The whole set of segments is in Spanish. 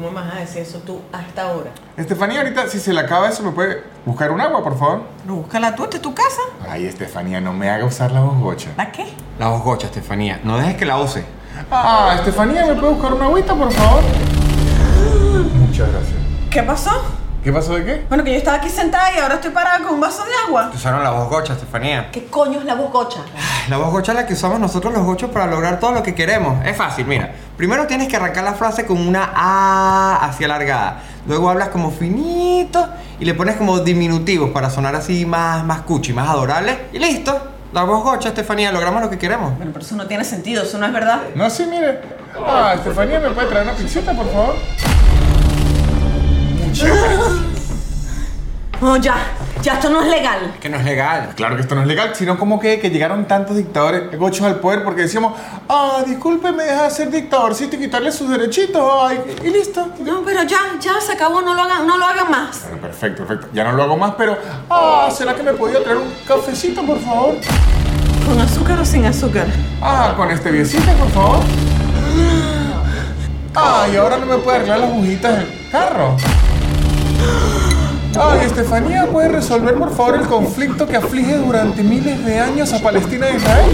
¿Cómo me vas a decir eso tú hasta ahora? Estefanía, ahorita si se le acaba eso, ¿me puede buscar un agua, por favor? No, búscala tú, esta es tu casa. Ay, Estefanía, no me haga usar la gocha. ¿Para qué? La gocha, Estefanía. No dejes que la use. Ah, Estefanía, ¿me puede buscar una agüita, por favor? Muchas gracias. ¿Qué pasó? ¿Qué pasó de qué? Bueno, que yo estaba aquí sentada y ahora estoy parada con un vaso de agua. Te usaron la voz gocha, Estefanía. ¿Qué coño es la bococha? La voz gocha es la que usamos nosotros los gochos para lograr todo lo que queremos. Es fácil, mira. Primero tienes que arrancar la frase con una A hacia alargada. Luego hablas como finito y le pones como diminutivos para sonar así más, más cuchi, más adorable. Y listo. La voz gocha, Estefanía. Logramos lo que queremos. Bueno, pero eso no tiene sentido, eso no es verdad. No, sí, mire. Ah, Estefanía, ¿me puede traer una pizzita, por favor? Muchas gracias. No, ya, ya esto no es legal. Que no es legal. Claro que esto no es legal, sino como que, que llegaron tantos dictadores gochos al poder porque decíamos, ah, disculpe, me deja ser dictadorcito y quitarle sus derechitos, ay, y listo. No, pero ya, ya se acabó, no lo hagan, no lo hagan más. Bueno, perfecto, perfecto. Ya no lo hago más, pero, ah, ¿será que me podía traer un cafecito, por favor? ¿Con azúcar o sin azúcar? Ah, con este viecito, por favor. Ah, y ahora no me puede arreglar las bujitas del carro. Ay, Estefanía, ¿puede resolver por favor el conflicto que aflige durante miles de años a Palestina e Israel?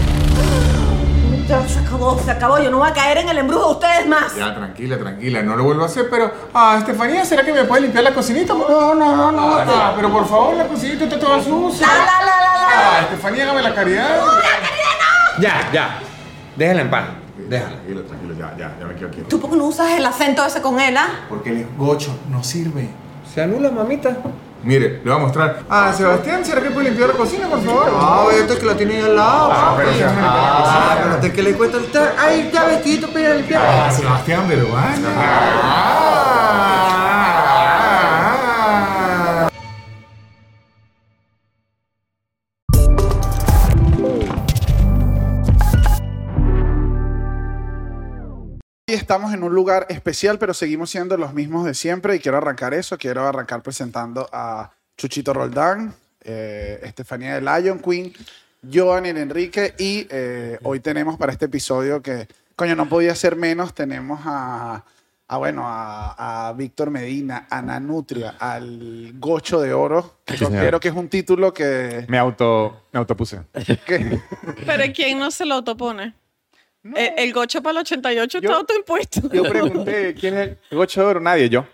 Ya se acabó, se acabó. Yo no voy a caer en el embrujo de ustedes más. Ya, tranquila, tranquila, no lo vuelvo a hacer, pero... Ah, Estefanía, ¿será que me puede limpiar la cocinita? No, no, no, no. Ah, pero por favor, la cocinita está toda sucia. La, la, la, la, la. Ah, Estefanía, hágame la caridad. Ya, ya. Déjala en paz. Déjala. Tranquilo, tranquilo, ya, ya, ya me quedo quieto. ¿Tú por qué no usas el acento ese con él, ah? Porque el gocho no sirve. Se anula, mamita. Mire, le voy a mostrar. Ah, Sebastián, ¿será que puede limpiar la cocina, por favor? Ah, esto que lo tiene ahí al lado. Ah, pero se Ah, pero usted que le cuesta usted. Ahí está vestidito para ir a limpiar. Ah, Sebastián Veruana. Ah. Y estamos en un lugar especial, pero seguimos siendo los mismos de siempre. Y quiero arrancar eso. Quiero arrancar presentando a Chuchito Roldán, eh, Estefanía de Lion Queen, Joan el Enrique. Y eh, hoy tenemos para este episodio que, coño, no podía ser menos. Tenemos a, a, bueno, a, a Víctor Medina, a Nanutria, al Gocho de Oro. Que considero que es un título que. Me auto, me autopuse. que- Pero ¿quién no se lo autopone? El, el gocho para el 88 está autoimpuesto. Yo pregunté, ¿quién es el gocho de oro? Nadie, yo.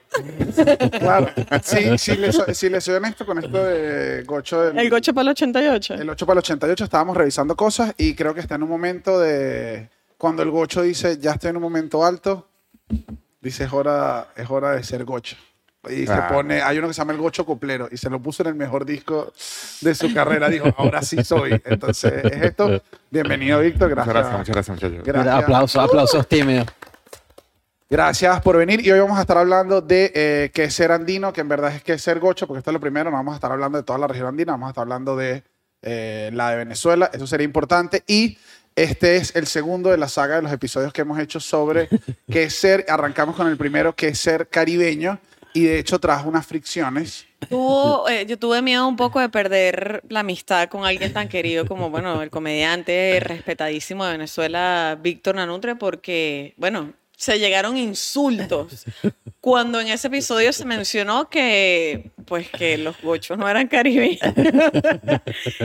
Claro. Sí, sí, le so- si le soy honesto con esto de Gocho del, El gocho para el 88. el 8 para el 88, estábamos revisando cosas y creo que está en un momento de. Cuando el Gocho dice, ya estoy en un momento alto, dice, es hora, es hora de ser Gocho. Y Ah. se pone, hay uno que se llama el Gocho Coplero y se lo puso en el mejor disco de su carrera. Dijo, ahora sí soy. Entonces, es esto. Bienvenido, Víctor. Muchas Gracias. gracias, muchas gracias, muchachos. Mira, aplausos, aplausos tímidos. Gracias por venir y hoy vamos a estar hablando de eh, qué es ser andino, que en verdad es qué es ser gocho, porque esto es lo primero, no vamos a estar hablando de toda la región andina, vamos a estar hablando de eh, la de Venezuela, eso sería importante y este es el segundo de la saga de los episodios que hemos hecho sobre qué es ser, arrancamos con el primero, qué es ser caribeño y de hecho trajo unas fricciones. Tuvo, eh, yo tuve miedo un poco de perder la amistad con alguien tan querido como, bueno, el comediante respetadísimo de Venezuela, Víctor Nanutre, porque, bueno, se llegaron insultos cuando en ese episodio se mencionó que, pues, que los gochos no eran caribeños.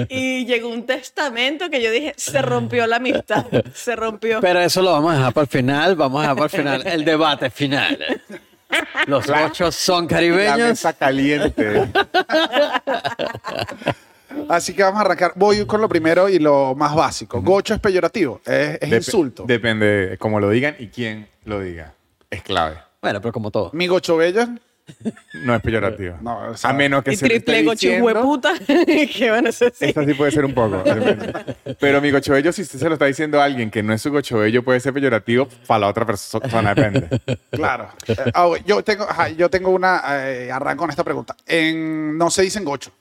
y llegó un testamento que yo dije, se rompió la amistad, se rompió. Pero eso lo vamos a dejar para el final, vamos a dejar para el final el debate final. Los gochos son La caribeños. mesa caliente. Así que vamos a arrancar, voy con lo primero y lo más básico. Gocho es peyorativo, es, es Dep- insulto. Depende de cómo lo digan y quién lo diga. Es clave. Bueno, pero como todo. Mi gocho bella, No es peyorativo. No, o sea- a menos que y se lo esté triple gocho, diciendo. hueputa, que van a ser así. Esta sí puede ser un poco. depende. Pero mi gochobello, si usted se lo está diciendo a alguien que no es su gochobello, puede ser peyorativo para la otra perso- persona, depende. Claro. Eh, ah, bueno, yo tengo, ajá, yo tengo una. eh, arranco con esta pregunta. En, no se dicen gocho.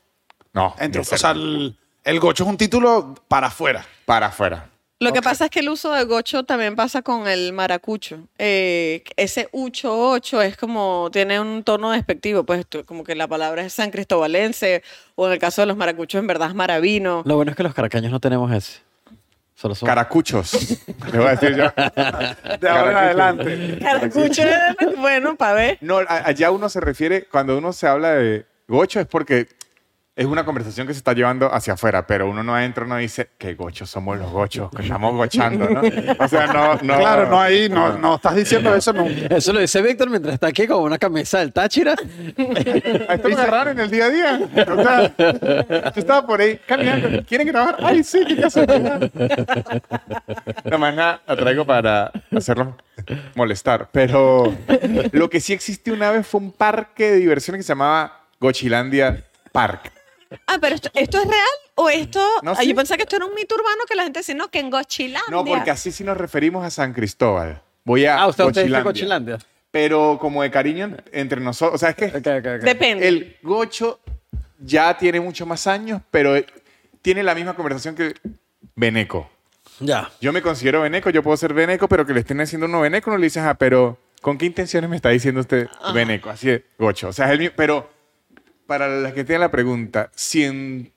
No, ni Entre- o sea, cerca. el, el gocho es un título para afuera. para afuera. Lo que pasa es que el uso de gocho también pasa con el maracucho. Eh, ese ucho ocho es como, tiene un tono despectivo, pues tú- como que la palabra es san cristobalense, o en el caso de los maracuchos en verdad es maravino. Lo bueno es que los caraqueños no tenemos ese. Solo son- Caracuchos. Le voy a decir yo. De ahora en adelante. Caracucho, bueno, para ver. No, a- allá uno se refiere, cuando uno se habla de gocho es porque es una conversación que se está llevando hacia afuera, pero uno no entra, uno dice, qué gochos somos los gochos, que estamos gochando, ¿no? O sea, no... no Claro, no ahí, no, no estás diciendo eso nunca. Eso lo dice Víctor mientras está aquí con una camisa del Táchira. Esto me agarraron en el día a día. O sea, yo estaba por ahí caminando. ¿Quieren grabar? Ay, sí, ¿qué te hace? Nada más nada, la traigo para hacerlo molestar. Pero lo que sí existe una vez fue un parque de diversiones que se llamaba Gochilandia Park. Ah, pero esto, ¿esto es real o esto. No, Ah, sí. Yo pensaba que esto era un mito urbano que la gente decía, no, que en Gochilandia. No, porque así sí nos referimos a San Cristóbal. Voy a Ah, usted, usted dice Gochilandia. Cochilandia. Pero como de cariño en- entre nosotros. O sea, es que Ok, ok, ok. Depende. El gocho ya tiene muchos más años, pero tiene la misma conversación que Beneco. Ya. Yo me considero Beneco, yo puedo ser Beneco, pero que le estén haciendo uno Beneco, no le dices, ah, pero ¿con qué intenciones me está diciendo usted Beneco? Así es, gocho. O sea, es el mismo. Pero para las que tienen la pregunta, si en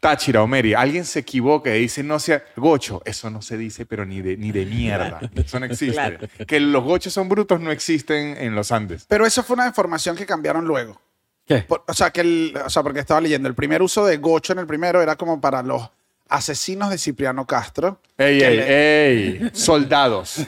Táchira o Meri alguien se equivoca y dice, no sea gocho, eso no se dice, pero ni de, ni de mierda. Eso no existe. Que los gochos son brutos no existen en los Andes. Pero eso fue una información que cambiaron luego. ¿Qué? Por- o, sea, que el- o sea, porque estaba leyendo, el primer uso de gocho en el primero era como para los asesinos de Cipriano Castro. Ey, que ey, le- ey, soldados.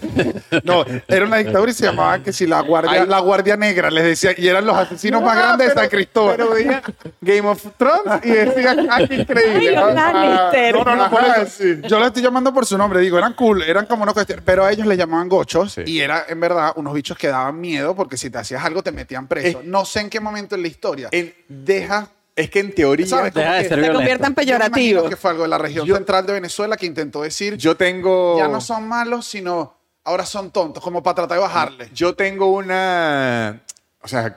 No, era una dictadura y se llamaba que si la guardia, Ay. la guardia negra les decía, y eran los asesinos más grandes de San Cristóbal. Pero veía Game of Thrones y decía, ah, qué Ay, increíble. los Ah, Lannister. No, no, no, Ajá, por eso. sí. Yo lo estoy llamando por su nombre, digo, eran cool, eran como una cuestión, pero a ellos les llamaban gochos Sí. y era en verdad unos bichos que daban miedo porque si te hacías algo te metían preso. no sé en qué momento en la historia. Eh. en- deja, es que en teoría, ¿sabes? Deja Como de que- ser se violento. conviertan yo me imagino peyorativos. que fue algo de la región Yo- central de Venezuela que intentó decir, yo tengo. ya no son malos, sino ahora son tontos, como para tratar de bajarle. Yo tengo una. O sea,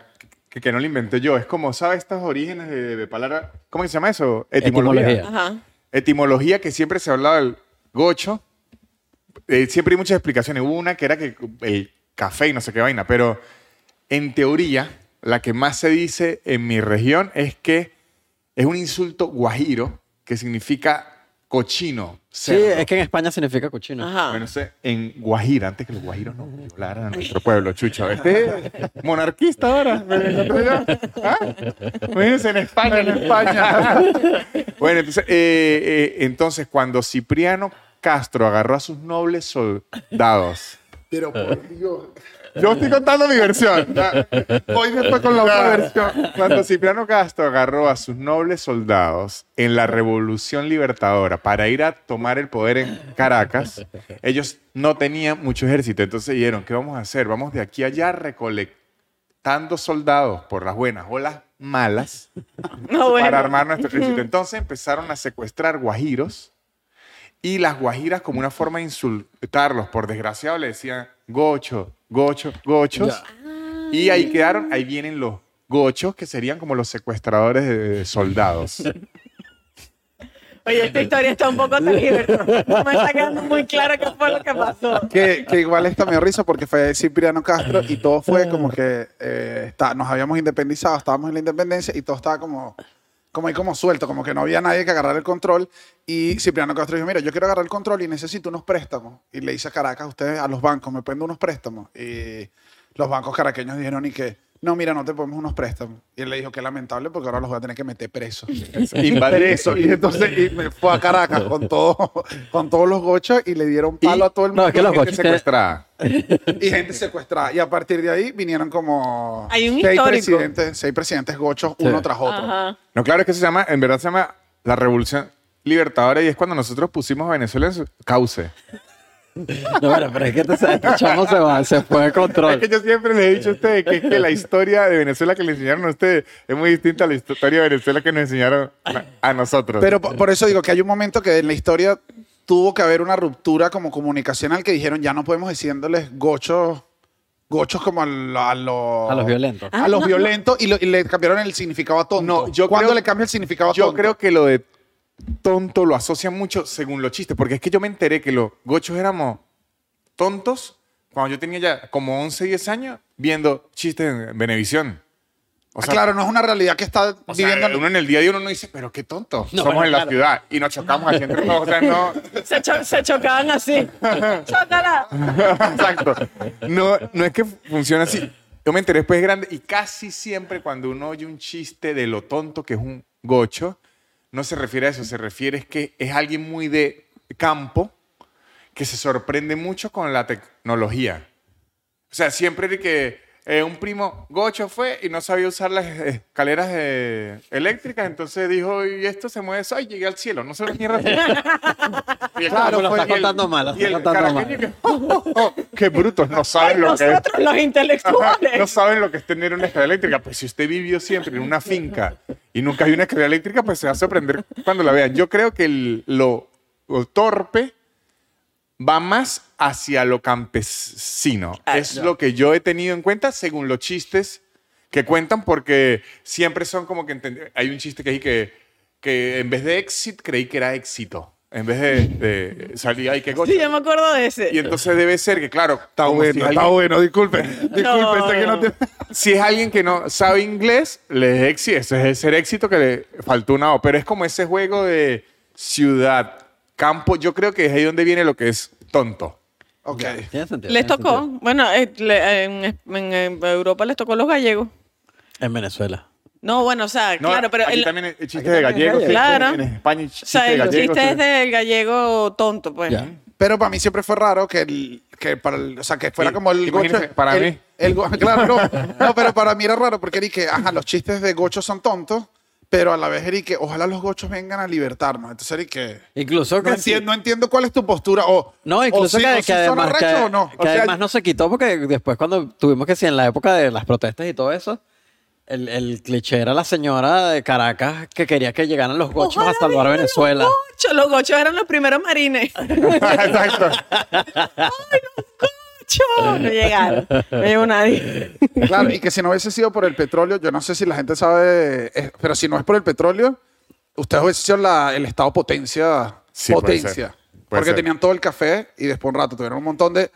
que, que no lo inventé yo. Es como, ¿sabes estos orígenes de, de palabra? ¿Cómo se llama eso? Etimología. Ajá. etimología que siempre se hablaba del gocho. eh, siempre hay muchas explicaciones. Hubo una que era que el café y no sé qué vaina, pero en teoría, la que más se dice en mi región es que es un insulto guajiro que significa cochino. Sí, cerdo. es que en España significa cochino. Ajá. Bueno, sé, en Guajira, antes que los guajiros no violaran a nuestro pueblo, chucho. Este es monarquista ahora. me lo encontré yo. ¿Ah? Me dice en España, en España. bueno, entonces, eh, eh, entonces, cuando Cipriano Castro agarró a sus nobles soldados. Pero por Dios. Yo estoy contando mi versión. ya. Hoy después con la otra versión. Cuando Cipriano Castro agarró a sus nobles soldados en la Revolución Libertadora para ir a tomar el poder en Caracas, ellos no tenían mucho ejército. Entonces dijeron, ¿qué vamos a hacer? Vamos de aquí a allá recolectando soldados por las buenas o las malas No, Ah, bueno. para armar nuestro ejército. Entonces empezaron a secuestrar guajiros y las guajiras como una forma de insultarlos, por desgraciado le decían gocho, gocho, gochos. Y ahí quedaron, ahí vienen los gochos que serían como los secuestradores de- de soldados. Oye, esta historia está un poco tergiversada. No me está quedando muy claro qué fue lo que pasó. Que, que igual esta me dio risa porque fue Cipriano Castro y todo fue como que eh, está- nos habíamos independizado, estábamos en la independencia y todo estaba como, como ahí como suelto, como que no había nadie que agarrar el control. Y Cipriano Castro dijo, mira, yo quiero agarrar el control y necesito unos préstamos. Y le dice a Caracas, ustedes a los bancos, me prenden unos préstamos. Y los bancos caraqueños dijeron, y que, no, mira, no te podemos unos préstamos. Y él le dijo, qué lamentable porque ahora los voy a tener que meter presos. Invadir Preso. Y entonces y me fue a Caracas con, todo, con todos los gochos y le dieron palo a todo el mundo. No, es que los gente gochos. tienen- secuestrada. y gente secuestrada. Y a partir de ahí vinieron como Hay un seis, histórico. presidentes, seis presidentes gochos, uno tras otro. Ajá. No, claro, es que se llama, en verdad se llama la Revolución Libertadora y es cuando nosotros pusimos a Venezuela en su cauce. No, bueno, pero es que este, este chamo se va, se fue de Es que control. yo siempre les he dicho a ustedes que, es que la historia de Venezuela que le enseñaron a ustedes es muy distinta a la historia de Venezuela que nos enseñaron a- a nosotros. Pero po- por eso digo que hay un momento que en la historia tuvo que haber una ruptura como comunicacional que dijeron ya no podemos diciéndoles gochos, gochos como a, lo- a los... A los violentos. Ah, A los violentos y, lo- y le cambiaron el significado a tonto. No, yo ¿Cuándo creo- le cambia el significado a yo tonto? creo que lo de tonto lo asocian mucho según los chistes, porque es que yo me enteré que los gochos éramos tontos cuando yo tenía ya como 11, 10 años viendo chistes en Venevisión. O Ah, sea, claro, no es una realidad que está o sea, viviendo. uno en el día a día uno no dice, pero qué tonto, No, somos bueno, en la claro. ciudad y nos chocamos así entre todos. O sea, no, Se, cho- se chocaban así. ¡Chócala! Exacto. No, no es que funciona así. Yo me enteré después de grande y casi siempre cuando uno oye un chiste de lo tonto que es un gocho, no se refiere a eso, se refiere es que es alguien muy de campo que se sorprende mucho con la tecnología. O sea, siempre de que eh, un primo gocho fue y no sabía usar las escaleras eh, eléctricas, enentonces dijo, y esto se mueve eso, y llegué al cielo, no sé la mierda. Y el Claro, lo fue- está y el- contando mal, lo y está el contando mal. caraqueño que, Oh, Qué brutos, no saben lo que es. Nosotros, los No intelectuales. saben lo que es tener una escalera eléctrica. Pues si usted vivió siempre en una finca y nunca hay una escalera eléctrica, pues se va a sorprender cuando la vean. Yo creo que el- lo, lo torpe va más hacia lo campesino. es lo que yo he tenido en cuenta según los chistes que cuentan, porque siempre son como que entend- hay un chiste que hay que, que en vez de exit creí que era éxito. En vez de, de salir, ay, qué gocha. Sí, yo me acuerdo de ese. Y entonces debe ser que, claro, está Bueno, está bueno, disculpe. Disculpe, No, sé que no no. te- si es alguien que no sabe inglés, le es éxito. Ese es el éxito que le faltó una O. Pero es como ese juego de ciudad, campo. Yo creo que es ahí donde viene lo que es tonto. Ok. Tiene sentido, Les tiene tocó. sentido. Bueno, eh, le- en, en- en Europa les tocó los gallegos. En Venezuela. No, bueno, o sea, No, claro, pero aquí el, también hay chistes de gallegos. Claro. En España hay o chistes sea, de el gallegos. chiste es del gallego tonto, pues. Ya. Pero para mí siempre fue raro que, el, que, para el- o sea, que fuera Sí, como el gocho. imagínese, para el- mí. el go- claro, no, no, pero para mí era raro porque era y que, ajá, los chistes de gocho son tontos, pero a la vez era y que, ojalá los gochos vengan a libertarnos. Entonces era y que. Incluso No que- entiendo, no entiendo cuál es tu postura. O, No, incluso o sí- que, o que sí son además, que, arrechos o no. que O sea, además no se quitó porque después cuando tuvimos que sí, en la época de las protestas y todo eso, el, el cliché era la señora de Caracas que quería que llegaran los gochos Ojalá a salvar vengan Venezuela. Los gochos, los gochos eran los primeros marines. Exacto. ¡Gochos! No llegaron. No llegó nadie. Claro, y que si no hubiese sido por el petróleo, yo no sé si la gente sabe, eh, pero si no es por el petróleo, ustedes hubiesen sido la- el estado potencia. Sí, puede ser. potencia. Puede porque ser. tenían todo el café y después un rato tuvieron un montón de.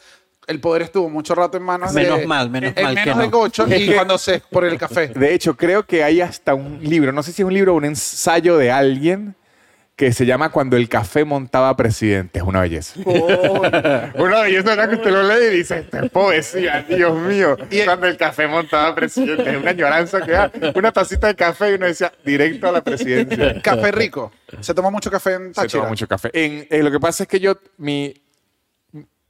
El poder estuvo mucho rato en manos de. Menos mal, menos en mal que menos de no. Gocho y cuando se. por el café. De hecho, creo que hay hasta un libro, no sé si es un libro o un ensayo de alguien que se llama Cuando el café montaba presidente. Es una belleza. una belleza ¿verdad? que usted lo lee y dice, esta es poesía, Dios mío. Cuando el café montaba presidente. Es una añoranza que da. Una tacita de café y uno decía, directo a la presidencia. Café rico. Se toma mucho café en Se Táchira. toma mucho café. En- eh, lo que pasa es que yo, mi,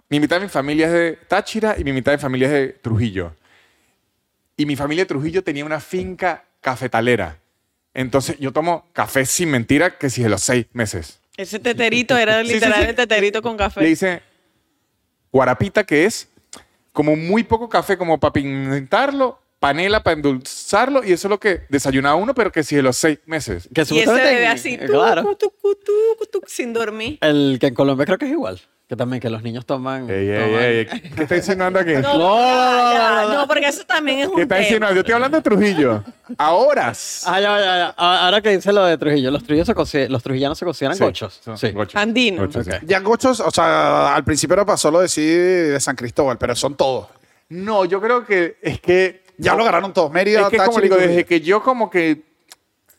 mi mitad de mi familia es de Táchira y mi mitad de mi familia es de Trujillo. Y mi familia de Trujillo tenía una finca cafetalera. Entonces yo tomo café sin mentira que si de los seis meses. Ese teterito era Sí, sí, literal sí. el teterito con café. Le dice guarapita que es como muy poco café como para pintarlo, panela para endulzarlo y eso es lo que desayunaba uno pero que si de los seis meses. y Que ese supuestamente- bebé así, tucu, Claro. tucu, tucu, tucu, sin dormir. El que en Colombia creo que es igual. Que también que los niños toman. Ey, ey, toman- ey, ¿Qué está insinuando aquí? No, no, no, ya, no, porque eso también es ¿Qué un está tema. insinuando? Yo estoy hablando de Trujillo. A horas. Ah, ya, ya, ya. A- Ahora que dice lo de Trujillo, los, Trujillo se consi- los trujillanos se consideran Sí, gochos. son Sí. gochos. Andino. Gochos, sí. Ya Gochos, o sea, al principio era pasó lo de sí de San Cristóbal, pero son todos. No, yo creo que es que. Ya lo agarraron todos. Mérida, Es que, como Táchira le digo, y- desde que yo como que.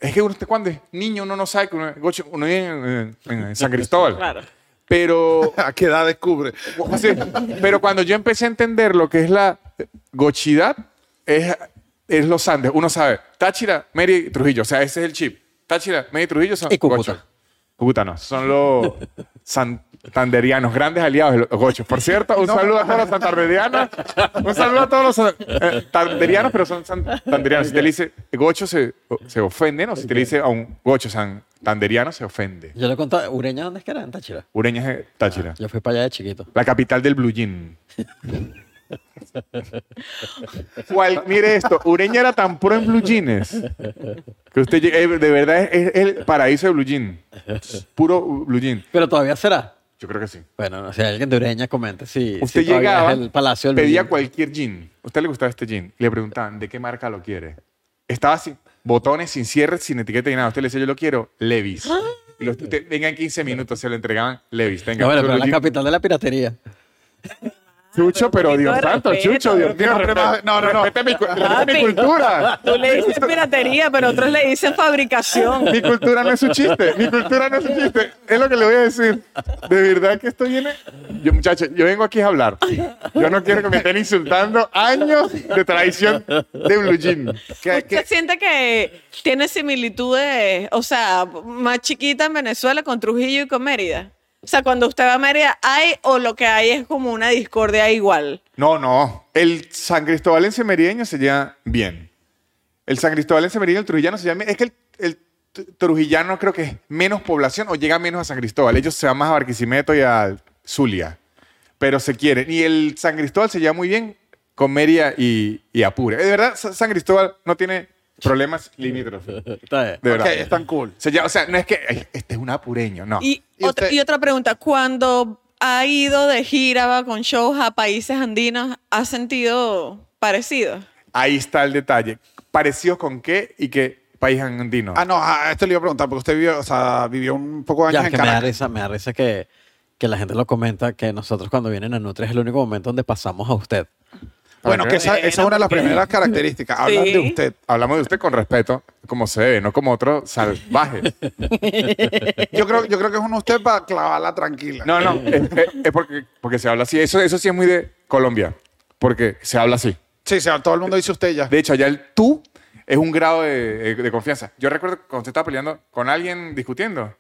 Es que uno, cuando es niño uno no sabe que uno es gocho, uno vive en, en- en San Cristóbal. Claro. Pero. ¿A qué edad descubre? Pues sí, pero cuando yo empecé a entender lo que es la gochidad, es, es los Andes. Uno sabe Táchira, Mérida y Trujillo. O sea, ese es el chip. Táchira, Mérida y Trujillo son Y Cúcuta. gochos. Cúcuta no, son los santanderianos, grandes aliados de los gochos. Por cierto, un saludo a todos los santanderianos. Un saludo a todos los san- eh, santanderianos, pero son santanderianos. Si te le dice gocho, se, se ofenden, o si te le dice a un gocho santanderiano, se ofende. Yo le contaba, ¿Ureña dónde es que era? En Táchira. Ureña es de Táchira, Yo fui para allá de chiquito. la capital del blue jean. Cual- mire esto, Ureña era tan pro en blue jeans que usted llega- eh, de verdad es, es el paraíso de blue jean, puro blue jean. Pero todavía será. Yo creo que sí. Bueno, no sé, alguien de Ureña comente si, Usted si todavía llegaba, es el Palacio del pedía Bellín. cualquier jean. ¿A usted le gustaba este jean? Le preguntaban, ¿de qué marca lo quiere? Estaba sin botones, sin cierres, sin etiqueta y nada. Usted le decía, yo lo quiero Levis. Ah. Y los- usted, venga en 15 minutos, se lo entregaban Levis. Tenga, No, bueno, su pero la jean. capital de la piratería. Chucho, pero un poquito Dios de santo, respeto, Chucho, Dios mío, pero- respeta- no, no, no. respeta mi, cu- respeta mi Papi. cultura. Tú le dices piratería, pero otros le dicen fabricación. Mi cultura no es un chiste, mi cultura no es un chiste. Es lo que le voy a decir. De verdad que esto viene. Yo, muchachos, yo vengo aquí a hablar. Yo no quiero que me estén insultando años de traición de Blue Jean. Que- que- ¿Usted siente que tiene similitudes, o sea, más chiquita en Venezuela con Trujillo y con Mérida? O sea, cuando usted va a Mérida, ¿hay o lo que hay es como una discordia igual? No, no. El San Cristóbal Merideño se llama bien. El San Cristóbal Merideño, el Trujillano se llama. Es que el, el t- Trujillano creo que es menos población o llega menos a San Cristóbal. Ellos se van más a Barquisimeto y a Zulia. Pero se quieren. Y el San Cristóbal se llama muy bien con Mérida y, y Apure. De verdad, Sa- San Cristóbal no tiene problemas limítrofes. De Está bien. verdad. Ok, están cool. Se llama- o sea, no es que "Ay, este es un apureño, no. Y, ¿Y otra, usted? y otra pregunta, cuando ha ido de gira, va con shows a países andinos, ¿ha sentido parecido? Ahí está el detalle. ¿Parecidos con qué y qué país andino? Ah, no, ah, esto le iba a preguntar, porque usted vivió, o sea, vivió un poco de Ya, años es en que me da Caracas. risa, me da risa que, que la gente lo comenta que nosotros cuando vienen a Nutri es el único momento donde pasamos a usted. Bueno, Ok. que esa, esa es una de Eh, las primeras características. Hablan de usted. Hablamos de usted con respeto, como se debe, no como otro salvaje. Yo creo, yo creo que es uno de usted para clavarla tranquila. No, no, es, es- es porque, porque se habla así. Eso, eso sí es muy de Colombia, porque se habla así. Sí, sí, todo el mundo dice usted ya. De hecho, allá el tú es un grado de, de confianza. Yo recuerdo que cuando usted estaba peleando con alguien, discutiendo,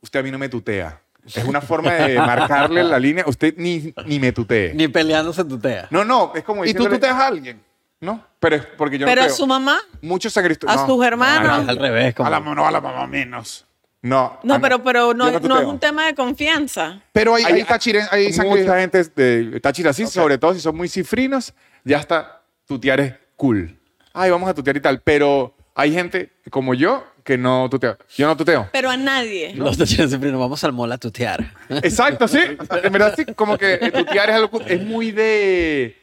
usted a mí no me tutea. Es una forma de marcarle la línea. Usted ni, ni me tutee. Ni peleándose tutea. no, no, es como ¿Y tú diciéndole- tuteas a alguien? No, pero es porque yo Pero no a creo. su mamá, Muchos sacristanos. a sus hermanos. Es al revés, como A la, no, a la mamá menos. No, No, a mí- pero, pero no, yo no es tuteo. un tema de confianza. Pero hay, Hay- hay, cachiren- hay mucha sangre- gente es de Táchira sí, sobre todo si son muy cifrinos, ya hasta tutear es cool. Ay, vamos a tutear y tal, pero hay gente como yo que no tutea. Yo no tuteo. Pero a nadie. los tachinos siempre nos vamos al mola a tutear. Exacto, sí. En verdad, sí, como que tutear es algo cool. Es muy de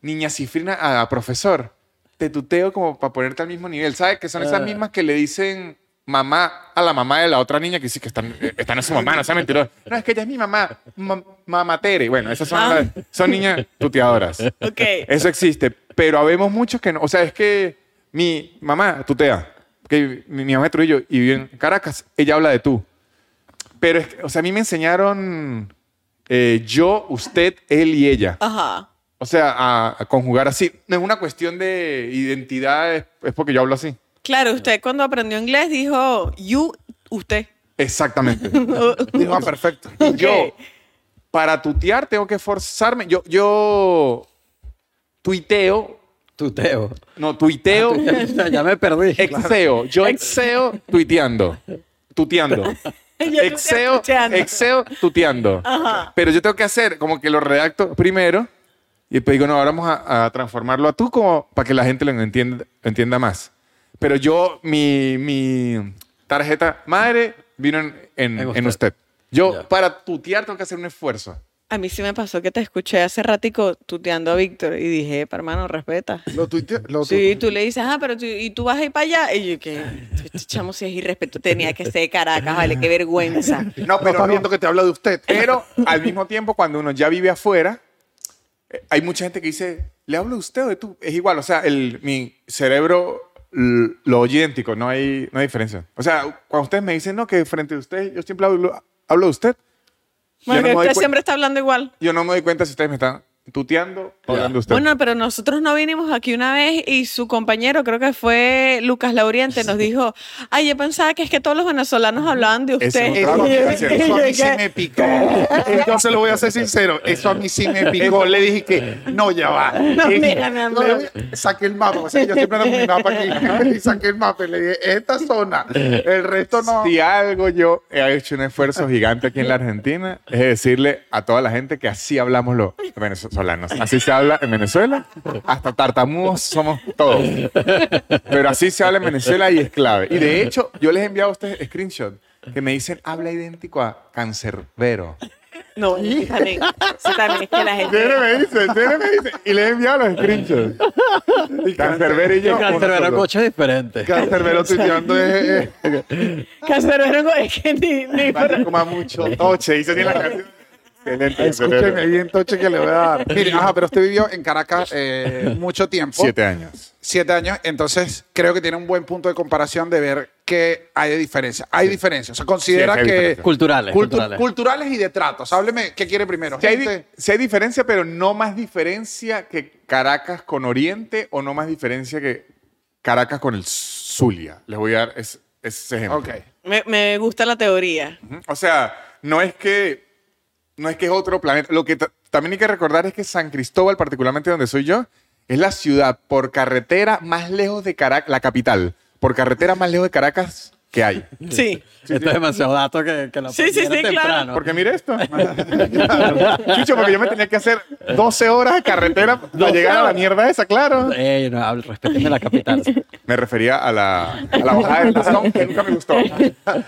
niña cifrina a, a profesor. Te tuteo como para ponerte al mismo nivel. ¿Sabes? Que son esas mismas que le dicen mamá a la mamá de la otra niña que sí que están, eh, están a su mamá, no sea mentiroso. No, es que ella es mi mamá, ma- mamatere. Bueno, esas son, Ah. las- son niñas tuteadoras. Ok. Eso existe, pero habemos muchos que no. O sea, es que mi mamá tutea, que mi, mi mamá es de Trujillo y vive en Caracas, ella habla de tú. Pero es que, o sea, a mí me enseñaron eh, yo, usted, él y ella. Ajá. O sea, a, a conjugar así. No es una cuestión de identidad, es, es porque yo hablo así. Claro, usted cuando aprendió inglés dijo you, usted. Exactamente. Digo, ah, perfecto. Yo, para tutear, tengo que forzarme. Yo, yo tuiteo, Tuteo. no, tuiteo. Ah, ya me perdí. Exeo. Yo exeo tuiteando. Tuteando. Yo Exeo, tuteando. exeo tuteando. Pero yo tengo que hacer como que lo redacto primero y después digo, no, ahora vamos a, a transformarlo a tú como para que la gente lo entienda, entienda más. Pero yo, mi, mi tarjeta madre vino en, en- En en usted. usted. Yo, Ya. para tutear, tengo que hacer un esfuerzo. A mí sí me pasó que te escuché hace ratico tuteando a Víctor y dije, "Epa, hermano, respeta. Lo tuiteo. Lo Sí, tú le dices, ah, pero tú, y tú vas a ir para allá. Y yo, que este chamo, si es irrespeto, tenía que ser de Caracas, vale, qué vergüenza. No, pero está viendo que te habla de usted. Pero al mismo tiempo, cuando uno ya vive afuera, eh, hay mucha gente que dice, ¿le hablo a usted o de tú? Es igual, o sea, el, mi cerebro l- lo oye idéntico, no hay, no hay diferencia. O sea, cuando ustedes me dicen, no, que frente a usted, yo siempre hablo, hablo de usted, Bueno, no que me doy usted cu- siempre está hablando igual. yo no me doy cuenta si ustedes me están tuteando o hablando de usted. Bueno, pero nosotros no vinimos aquí una vez y su compañero, creo que fue Lucas Lauriente, nos dijo, ay, yo pensaba que es que todos los venezolanos hablaban de Ese usted. es otro Eso eh, a mí sí me picó. Yo se lo voy a ser sincero. Eso a mí sí me picó. Le dije que no, ya va. No, eh, mira, mi amor. saqué el mapa. O sea, yo siempre ando con mi mapa aquí. Y saqué el mapa y le dije, esta zona. El resto no. Si algo yo he hecho un esfuerzo gigante aquí en la Argentina es decirle a toda la gente que así hablamos los venezolanos. Así se habla en Venezuela, hasta tartamudos somos todos. Pero así se habla en Venezuela y es clave. Y de hecho, yo les he enviado a ustedes screenshot que me dicen habla idéntico a Cancerbero. No, eso también, eso también es que la gente... Tiene me dice, tiene me dice. Y les he enviado los screenshots. Y Cancerbero y yo. Cancerbero uno solo. coche diferente. Cancerbero tuiteando es, es- Cancerbero es que ni- ni- Vale, coma mucho. Oche, dice así en la canción. Excelente. Escúcheme bien, Toche, que le voy a dar. Mire, ajá, pero usted vivió en Caracas eh, mucho tiempo. Siete años. Siete años, entonces creo que tiene un buen punto de comparación de ver que hay de diferencia. Hay diferencias. O sea, considera Sí, sí hay que. diferencia. Culturales, Cultu- culturales. culturales y de tratos. Hábleme, ¿qué quiere primero? Si hay, di- Gente, sí hay diferencia, pero no más diferencia que Caracas con Oriente o no más diferencia que Caracas con el Zulia. Les voy a dar es- ese ejemplo. Ok. Me, me gusta la teoría. Ujú. O sea, no es que no es que es otro planeta. Lo que ta- también hay que recordar es que San Cristóbal, particularmente donde soy yo, es la ciudad por carretera más lejos de Caracas, la capital, por carretera más lejos de Caracas que hay. Sí. Esto es demasiado dato que, que lo Sí, sí, aprendieron sí, claro. temprano. Porque mire esto. Chucho, porque yo me tenía que hacer 12 horas de carretera para llegar a la mierda esa, claro. Ey, Eh, no, hable, respétenme la capital. Me refería a la, a la bajada del tazón, que nunca me gustó.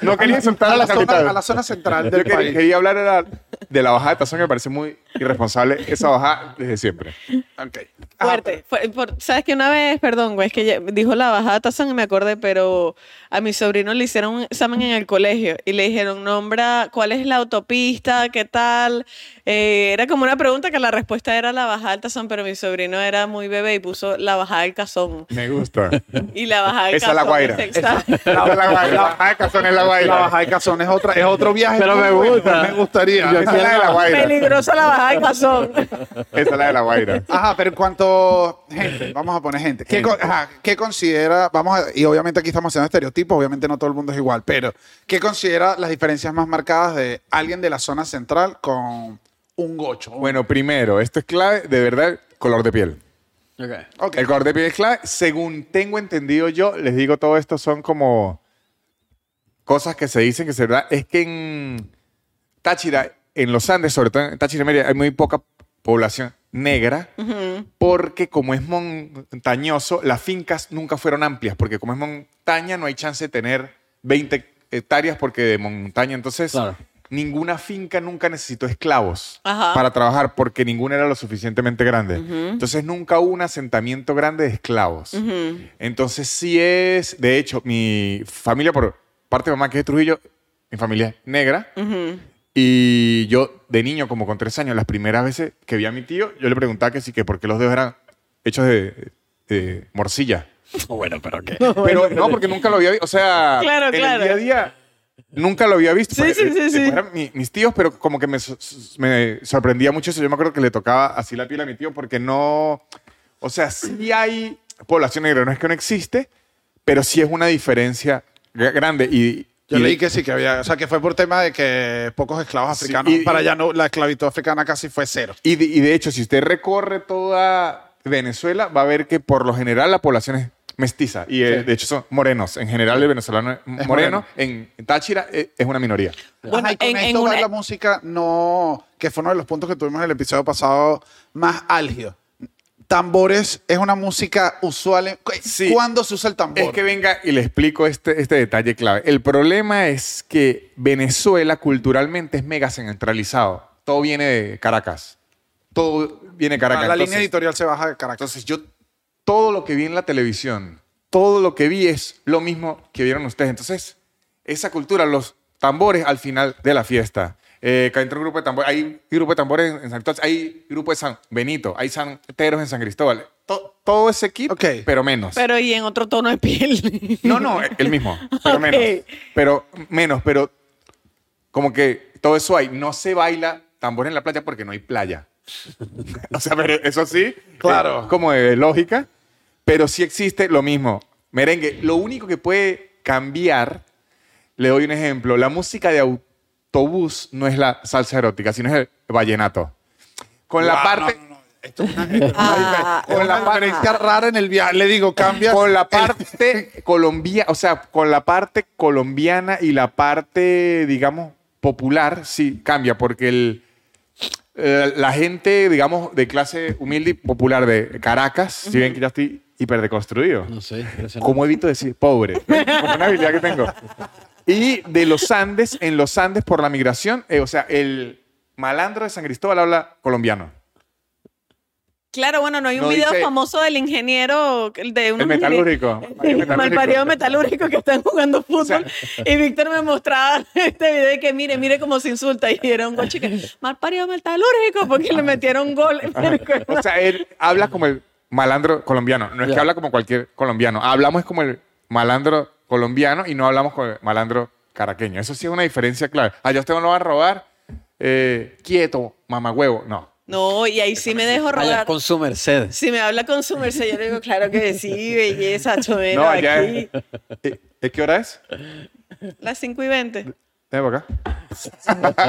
No quería insultar a la, zona- capital. a la zona central Yo del quería, país. quería hablar de la, de la bajada de tazón, que me parece muy irresponsable esa bajada desde siempre. Ah, Ok. Ajá, Fuerte. Fue- por- Sabes que una vez, perdón, güey, es que ya- dijo la bajada tazón y me acordé, pero a mi sobrino le hicieron un examen en el colegio y le dijeron, nombra cuál es la autopista, qué tal. Eh, era como una pregunta que la respuesta era la bajada del tazón, pero mi sobrino era muy bebé y puso la bajada del cazón. Me gusta. Y la bajada del Esa es cazón. la guaira. es exacta. La, la- la bajada de tazón es la La guaira. bajada de Cazón es, otra, es otro viaje. Pero muy me bueno, gusta. Me gustaría. Esa es la de la guaira. Peligrosa la bajada del cazón. Esa es la de la guaira. Ajá, pero en cuanto gente, vamos a poner gente. ¿Qué, con- ajá, ¿qué considera? Vamos a- y obviamente aquí estamos haciendo estereotipos, obviamente no todo el mundo es igual, pero ¿qué considera las diferencias más marcadas de alguien de la zona central con un gocho? Bueno, primero, esto es clave, de verdad, color de piel. Ok. Ok. El color de piel es clave. Según tengo entendido yo, les digo todo esto son como cosas que se dicen que es verdad. Es que en Táchira, en los Andes, sobre todo en Táchira y Mérida, hay muy poca población negra porque como es montañoso, las fincas nunca fueron amplias porque como es montaña no hay chance de tener 20 hectáreas porque de montaña. Entonces, Claro. ninguna finca nunca necesitó esclavos Ajá. para trabajar porque ninguna era lo suficientemente grande. Entonces nunca hubo un asentamiento grande de esclavos. Entonces sí es, de hecho, mi familia por parte de mamá que es de Trujillo, mi familia es negra. Y yo de niño, como con tres años, las primeras veces que vi a mi tío, yo le preguntaba que sí, que por qué los dedos eran hechos de, de morcilla. No, bueno, pero qué. Oh, Pero no, porque nunca lo había visto. O sea, Claro, en claro. el día a día nunca lo había visto. Sí, Pues, sí, eh, sí, sí. eran mi- mis tíos, pero como que me, so- me sorprendía mucho eso. Yo me acuerdo que le tocaba así la piel a mi tío porque no... O sea, sí hay población negra, no es que no existe, pero sí es una diferencia gra- grande. Y, Yo y- leí que sí, que había, o sea, que fue por tema de que pocos esclavos Sí, africanos, y- para y- allá no, la esclavitud africana casi fue cero. Y de, y de hecho, si usted recorre toda Venezuela, va a ver que por lo general la población es mestiza. Y eh, de hecho son morenos. En general el venezolano es moreno. moreno. En Táchira eh, es una minoría. Bueno, Ajá, y con en- en esto va una- la música, no, que fue uno de los puntos que tuvimos en el episodio pasado más álgido. Tambores es una música usual. en- cu- Sí. ¿Cuándo se usa el tambor? Es que venga y le explico este, este detalle clave. El problema es que Venezuela culturalmente es mega centralizado. Todo viene de Caracas. Todo viene de Ah, Caracas. la Entonces- línea editorial se baja de Caracas. Entonces yo todo lo que vi en la televisión, todo lo que vi es lo mismo que vieron ustedes. Entonces, esa cultura, los tambores al final de la fiesta. Eh, que entra un grupo de tambores, hay grupo de tambores en, en San Cristóbal, hay grupo de San Benito, hay santeros en San Cristóbal. To- todo ese kit, Ok. pero menos. Pero y en otro tono de piel. No, no, el mismo, pero Ok. menos. Pero menos, pero como que todo eso hay. No se baila tambor en la playa porque no hay playa. o sea, pero eso sí, Claro. es como de lógica, pero sí existe lo mismo. Merengue, lo único que puede cambiar, le doy un ejemplo, la música de autobús no es la salsa erótica, sino es el vallenato. Con la Wow, parte... no, no, no. Esto es una, esto es una Ah, difer- es una ah, ah. diferencia rara en el viaje. Le digo, cambia. con la el- parte colombiana, o sea, con la parte colombiana y la parte, digamos, popular, sí, cambia, porque el, eh, la gente, digamos, de clase humilde y popular de Caracas, si ven que ya estoy hiperdeconstruido, No sé, impresionante. ¿cómo evito decir pobre? Por una habilidad que tengo. Y de los Andes, en los Andes por la migración, eh, o sea, el malandro de San Cristóbal habla colombiano. Claro, bueno, no hay un No video dice- famoso del ingeniero, de un El metalúrgico. El malparido metalúrgico que están jugando fútbol. y Víctor me mostraba este video y que mire, mire cómo se insulta. Y era un coche que, malparido metalúrgico, porque le metieron gol. O sea, él habla como el malandro colombiano. No es que Ya. habla como cualquier colombiano. Hablamos como el malandro colombiano y no hablamos como el malandro caraqueño. Eso sí es una diferencia clave. Allá usted no lo va a robar eh, quieto, mamagüevo. No. no, y ahí sí me dejo Allá rogar. con su merced. Si me habla con su merced, yo le digo, claro que sí, belleza, chovero, No, allá aquí, es, Eh, eh, ¿Qué hora es? las 5 y 20. Ven para acá.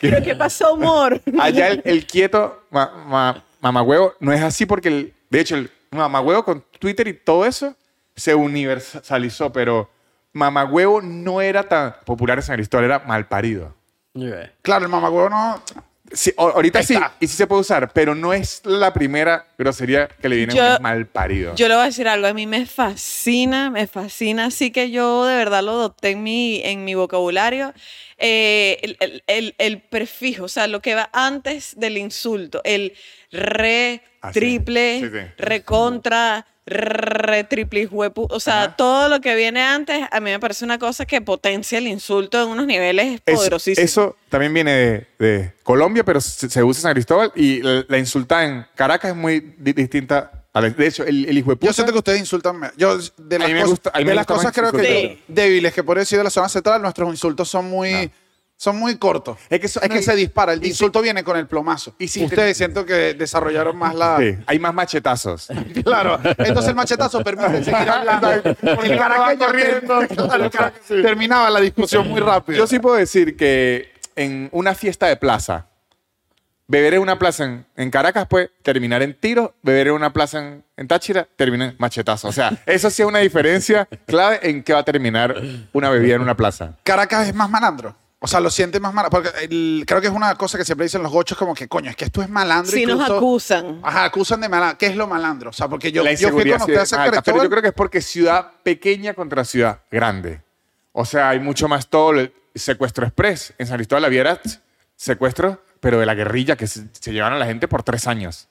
¿Pero qué pasó, humor? Allá el, el quieto ma- ma- mamagüevo no es así porque, el- de hecho, el mamagüevo con Twitter y todo eso se universalizó, pero mamagüevo no era tan popular en San Cristóbal, era malparido. Yeah. Claro, el mamagüevo no. Sí, o- ahorita sí, y sí se puede usar, pero no es la primera grosería que le viene Yo- a un malparido. Yo le voy a decir algo, a mí me fascina, me fascina, así que yo de verdad lo adopté en mi, en mi vocabulario. Eh, el, el- el- el prefijo, o sea, lo que va antes del insulto, el re, Ah, sí. triple, Sí, sí. recontra, re, triple, huepu, o sea, Ajá. todo lo que viene antes, a mí me parece una cosa que potencia el insulto en unos niveles Eso, poderosísimos. eso también viene de, de Colombia, pero se, se usa en San Cristóbal y la, la insulta en Caracas es muy di- distinta. a la- de hecho, el, el hijo de Yo puta- siento que ustedes insultan. me- Yo, de A las mí me cosas, gusta- a mí me de las gusta cosas más creo que insultar. yo- débiles que por decir de la zona central, nuestros insultos son muy, No. son muy cortos. Ah. Es que eso- es no, que y- se dispara. El y insulto viene con el plomazo. y si te- ustedes siento que desarrollaron más la. Sí, hay más machetazos. Claro, entonces el machetazo permite seguir hablando. Porque el caraqueño corriendo. claro, el cara- terminaba la discusión muy rápido. Yo sí puedo decir que en una fiesta de plaza, beber en una plaza en, en Caracas puede terminar en tiros, beber en una plaza en, en Táchira termina en machetazos. O sea, eso sí es una diferencia clave en qué va a terminar una bebida en una plaza. Caracas es más malandro. O sea, lo siente más malandro. Porque el- creo que es una cosa que siempre dicen los gochos, como que, coño, es que esto es malandro. Si nos incluso- acusan. Ajá, acusan de malandro. ¿Qué es lo malandro? O sea, porque yo, La yo fui inseguridad con sí ustedes es a San alta, pero yo Cristóbal. creo que es porque ciudad pequeña contra ciudad grande. O sea, hay mucho más todo el secuestro express. En San Cristóbal había era secuestro, pero de la guerrilla que se, se llevaron a la gente por tres años.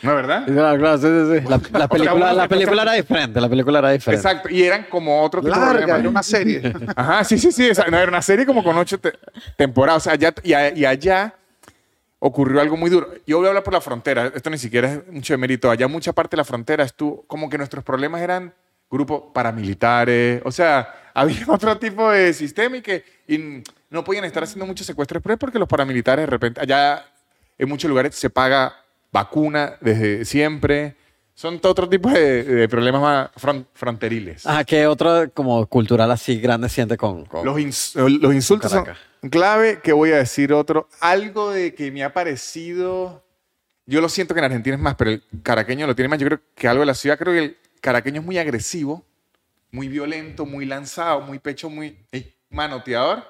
¿No es verdad? Claro, Ah, claro, sí, sí, sí. La, la película, la película era diferente, la película era diferente. Exacto, y eran como otro tipo de Larga, problemas. era una serie. Ajá, sí, sí, sí. esa- no, era una serie como con ocho te- temporadas. O sea, allá, y, a- y allá ocurrió algo muy duro. Yo voy a hablar por la frontera. Esto ni siquiera es mucho de mérito. Allá mucha parte de la frontera estuvo como que nuestros problemas eran grupos paramilitares. O sea, había otro tipo de sistema y que y no podían estar haciendo muchos secuestros pero es porque los paramilitares de repente allá en muchos lugares se paga vacuna desde siempre. Son todo otro tipo de, de problemas más fron- fronteriles. Ajá, que Ah, otro como cultural así grande siente con. con- Los, ins- eh, los insultos son Caracas. clave. Que voy a decir otro. Algo de que me ha parecido. Yo lo siento que en Argentina es más, pero el caraqueño lo tiene más. Yo creo que algo de la ciudad, creo que el caraqueño es muy agresivo, muy violento, muy lanzado, muy pecho, muy eh, manoteador,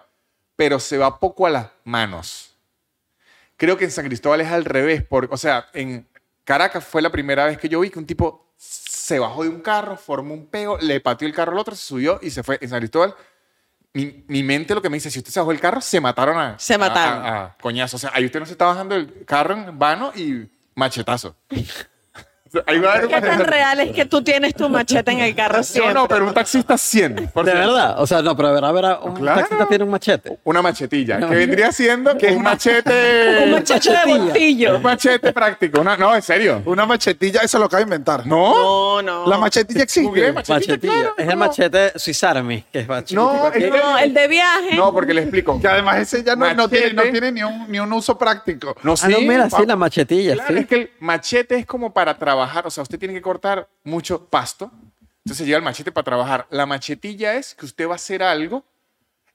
pero se va poco a las manos. Creo que en San Cristóbal es al revés. por- o sea, en Caracas fue la primera vez que yo vi que un tipo se bajó de un carro, formó un peo, le pateó el carro al otro, se subió y se fue. En San Cristóbal, mi, mi mente lo que me dice, si usted se bajó el carro, se mataron a... Se a- mataron. A, a coñazo. O sea, ahí usted no se está bajando el carro en vano y machetazo. O sea, ahí va a haber un ¿Qué tan machetazo. real es que tú tienes tu machete en el carro No, siempre? no, pero un taxista 100. De verdad. O sea, no, pero de verdad, verdad, un Claro. taxista tiene un machete. Una machetilla, que vendría siendo que es un machete... Un machete de machetilla. bolsillo. Un machete práctico. Una- no, en serio. Una machetilla, eso lo acaba de inventar. No. No, no. La machetilla Google existe. machetilla, Machetilla. claro, es el ¿cómo? machete Swiss Army, que es machete. No, es- No, el de viaje. No, porque le explico. Que además ese ya no, no tiene, no Machete. tiene ni, un, ni un uso práctico. No, Ah, no, mira, pa- sí, la machetilla, Claro, sí. es que el machete es como para trabajar. O sea, usted tiene que cortar mucho pasto. Entonces lleva el machete para trabajar. La machetilla es que usted va a hacer algo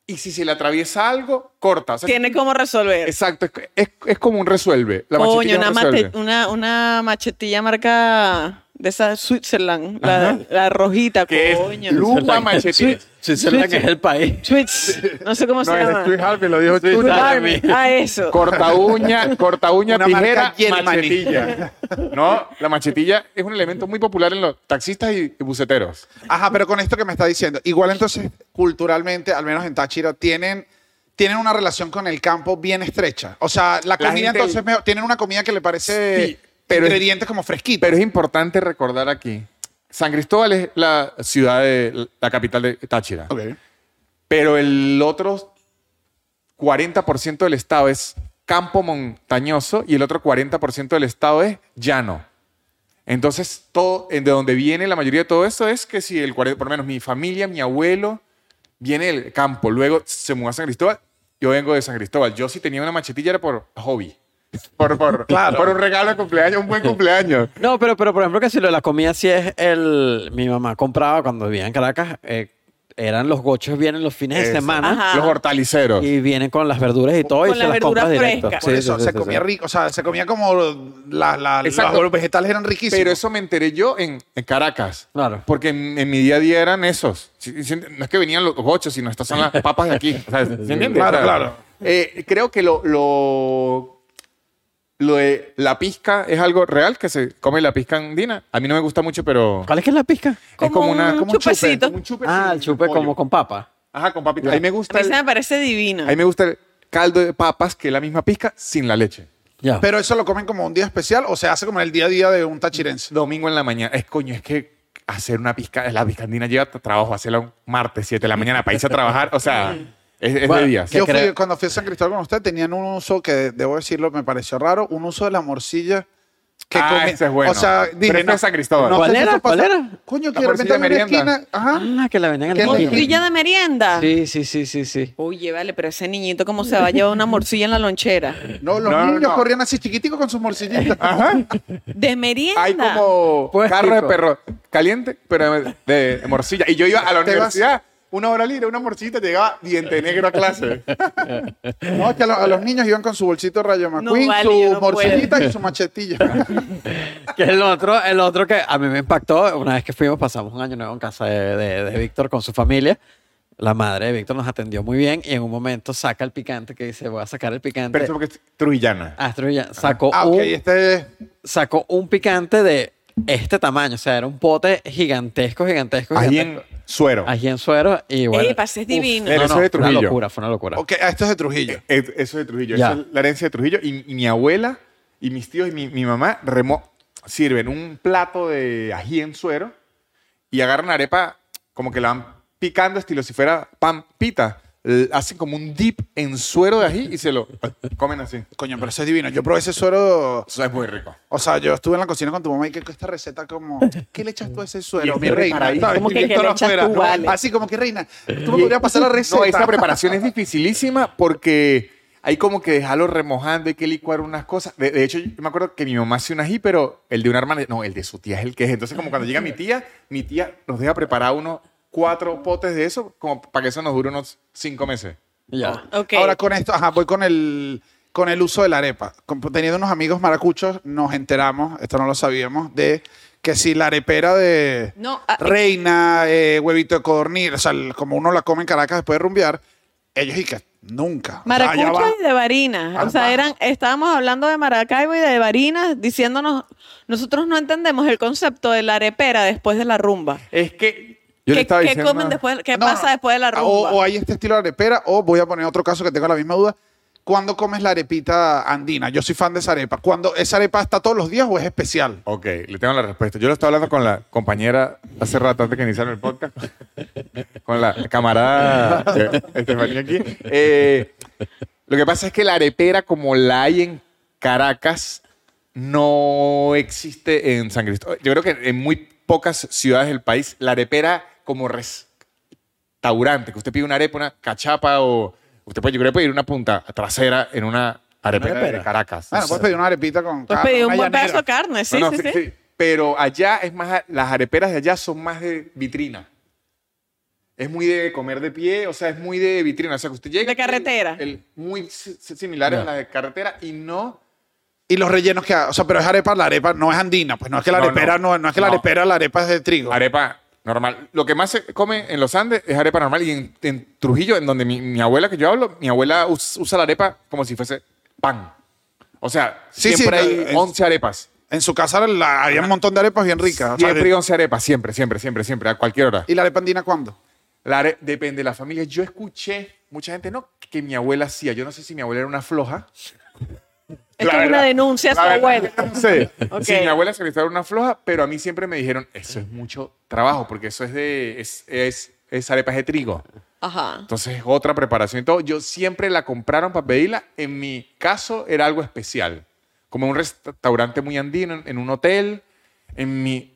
y si se le atraviesa algo, corta. O sea, Tiene cómo resolver. Exacto, es, es- es como un resuelve. La Coño, machetilla una, es un resuelve. mate- una, una machetilla marca de esa Switzerland, la, la rojita, Que es coño. lupa machetilla. Switzerland es el país. Switz, no sé cómo No, se es llama. Steve Harvey, lo dijo Steve Swiss Swiss Army. Army. Ah, eso. Corta uña, corta uña, Una tijera, marca Yelmani. machetilla. No, la machetilla es un elemento muy popular en los taxistas y, y buceteros. Ajá, pero con esto que me está diciendo, igual entonces, culturalmente, al menos en Táchira, tienen, tienen una relación con el campo bien estrecha. O sea, la comida gente- entonces mejor- tienen una comida que le parece Sí, pero es- ingredientes como fresquitos. Pero es importante recordar aquí, San Cristóbal es la ciudad, de, la capital de Táchira. Ok. Pero el otro 40% del estado es campo montañoso y el otro 40% del estado es llano. Entonces, todo, eh, de donde viene la mayoría de todo eso es que si el 40, por lo menos mi familia, mi abuelo, viene del campo, luego se mudó a San Cristóbal, yo vengo de San Cristóbal. Yo si tenía una machetilla era por hobby. Por, por, por un regalo de cumpleaños, un buen cumpleaños. No, pero, pero por ejemplo que si lo de la comida sí es el... Mi mamá compraba cuando vivía en Caracas, eh, eran los gochos vienen los fines Eso. de semana Ajá. Los hortaliceros. Este y vienen con las verduras y todo y Con se las las verduras compras directo. frescas. Por Sí, eso sí, sí, se sí, comía sí. rico, o sea, se comía como la- la- Exacto. los vegetales eran riquísimos. Pero eso me enteré yo en, en Caracas. Claro. Porque en, en mi día a día eran esos. Sí, sí, No es que venían los gochos, sino estas son las papas de aquí. O sea, ¿Se entiende? Claro, O sea, claro. eh, creo que lo, lo, lo de la pizca es algo real, que se come la pizca andina. A mí no me gusta mucho, pero ¿Cuál es que es la pizca? es como una... un como un chupe, chupecito. como un chupe Ah, sin el chupe pollo. como con papa. Ajá, con papita. A mí me A gusta mí se me el, parece divino. a mí me gusta el caldo de papas, que es la misma pizca, sin la leche. Ya. Pero eso lo comen como un día especial o se hace como en el día a día de un tachirense. domingo en la mañana. Es coño, es que hacer una pizca, la pizcandina lleva tra- trabajo, hacerla un martes 7 de la mañana para irse a trabajar. O sea, es, es Bueno, de días. ¿qué Yo fui- creo? cuando fui a San Cristóbal con usted, tenían un uso que, debo decirlo, me pareció raro, un uso de la morcilla. Que Ah, come- ese es bueno. O sea, Pero dije, ese es San Cristóbal. sé ¿Cuál si era? eso ¿Cuál pasa- era? Coño, La que de repente morcilla de había una merienda. esquina. Ajá. Ah, que la ¿Qué venden en la es la esquina. ¿Morcilla de merienda? Sí, sí, sí, sí, sí. Oye, vale, pero ese niñito cómo se va a llevar una morcilla en la lonchera. No, los No, no, niños no. corrían así chiquiticos con sus morcillitas. De merienda. Hay como Pues, carro de tipo. perro caliente, pero de, de morcilla. Y yo iba a la Te vas- universidad, una hora libre, una morcillita, llegaba diente negro a clase. No, que a, lo- a los niños iban con su bolsito Rayo McQueen, vale, yo su no morcillita y su machetilla. Que el otro, el otro que a mí me impactó, una vez que fuimos, pasamos un año nuevo en casa de, de- de Víctor con su familia. La madre de Víctor nos atendió muy bien y en un momento saca el picante que dice, voy a sacar el picante. Pero eso porque es trujillana. Astro Villa sacó, ah, ok, un, este es... sacó un picante de este tamaño. O sea, era un pote gigantesco, gigantesco, Ahí en gigantesco. suero. Allí en suero y bueno. Epa, ese es uf, divino. no, Eso es no, de fue una Trujillo. locura, fue una locura. Ok, ah, esto es de Trujillo. Eh, eh, Eso es de Trujillo. Ya. Eso es la herencia de Trujillo. Y, y mi abuela y mis tíos y mi, mi mamá remo sirven un plato de ají en suero y agarran arepa como que la van picando estilo si fuera pan pita. L- Hacen como un dip en suero de ají y se lo comen así. Coño, pero eso es divino. Yo probé ese suero... Eso es muy rico. O sea, yo estuve en la cocina con tu mamá y que esta receta como... ¿Qué le echas tú a ese Y suero, este mi reina? preparadito. ¿Sabes? Como Y que, ¿qué Víctor le echas afuera, tú, ¿no? vale? Así como que, reina, tú me podrías pasar la receta. No, esa preparación es dificilísima porque hay como que dejarlo remojando, hay que licuar unas cosas. De, de hecho, yo me acuerdo que mi mamá hace un ají, pero el de una hermana, no, el de su tía es el que es. Entonces, como cuando llega mi tía, mi tía nos deja preparar unos cuatro potes de eso, como para que eso nos dure unos cinco meses. Ya. Ok. Ahora con esto, ajá, voy con el, con el uso de la arepa. Con- teniendo unos amigos maracuchos, nos enteramos, esto no lo sabíamos, de que si la arepera de No, ah, eh. reina, eh, huevito de codorniz, o sea, el- como uno la come en Caracas después de rumbear, ellos y que nunca. O sea, allá Maracucho va. y de varina. O sea, eran, estábamos hablando de Maracaibo y de varina, diciéndonos, nosotros no entendemos el concepto de la arepera después de la rumba. Es que yo le ¿Qué, estaba qué diciendo. comen después, qué No, pasa no. después de la rumba? O, o hay este estilo de arepera, o voy a poner otro caso que tengo la misma duda. ¿Cuándo comes la arepita andina? Yo soy fan de esa arepa. ¿Cuándo esa arepa está todos los días o es especial? Ok, le tengo la respuesta. Yo lo estaba hablando con la compañera hace rato antes que iniciaron el podcast, con la camarada eh, Estefanía aquí. Eh, lo que pasa es que la arepera como la hay en Caracas no existe en San Cristóbal. Yo creo que en muy pocas ciudades del país la arepera como restaurante, que usted pide una arepa, una cachapa o usted puede, yo creo que pedir una punta trasera en una Ah, arepera, de arepera? Caracas. Bueno, puedes pedir una arepita con Pues carne, pedí un una buen pedazo llanera. de carne, sí, No, no, sí, sí. Pero allá es más, las areperas de allá son más de vitrina. Es muy de comer de pie, o sea, es muy de vitrina. O sea, que usted llega. De carretera. el- muy si- si- similares Ya. a las de carretera y no. Y los rellenos que, ha- o sea, pero es arepa, la arepa no es andina, pues no es que la No, arepera no. no, no es que la No. arepera, la arepa es de trigo. Arepa normal. Lo que más se come en los Andes es arepa normal. Y en, en Trujillo, en donde mi, mi abuela que yo hablo, mi abuela us- usa la arepa como si fuese pan. O sea, Sí, sí, siempre no, hay es- 11 arepas. En su casa la- había un montón de arepas bien ricas. o sea, Siempre hay 11 arepas, siempre, siempre, siempre, siempre, a cualquier hora. ¿Y la arepa andina cuándo? La are- depende de la familia. Yo escuché mucha gente, no, que que mi abuela hacía. Yo no sé si mi abuela era una floja. Esto La es una verdad. denuncia a su La verdad, abuela. yo No sé. Ok. Si mi abuela se le estaba una floja, pero a mí siempre me dijeron, eso es mucho trabajo, porque eso es de. Es, es, es arepas de trigo. Ajá. Entonces, otra preparación y todo. Yo siempre la compraron para pedirla. En mi caso, era algo especial. Como un restaurante muy andino, en- en un hotel. En mi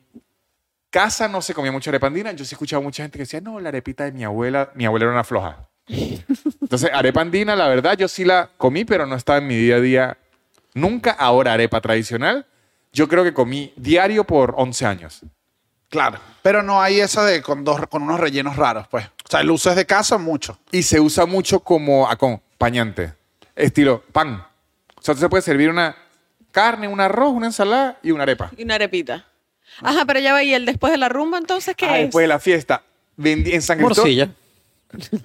casa no se comía mucha arepa andina. Yo sí escuchaba mucha gente que decía, no, la arepita de mi abuela, mi abuela era una floja. Entonces, arepa andina, la verdad, yo sí la comí, pero no estaba en mi día a día nunca. Ahora, arepa tradicional, yo creo que comí diario por 11 años. Claro. Pero no hay esa de con, dos, con unos rellenos raros, pues. O sea, el uso es de casa mucho. y se usa mucho como acompañante. Estilo pan. O sea, tú se puede servir una carne, un arroz, una ensalada y una arepa. Y una arepita. Ajá, pero ya va, ¿y el después de la rumba entonces qué Ah, es? después de la fiesta. Vendi- en San Cristóbal- Morcilla.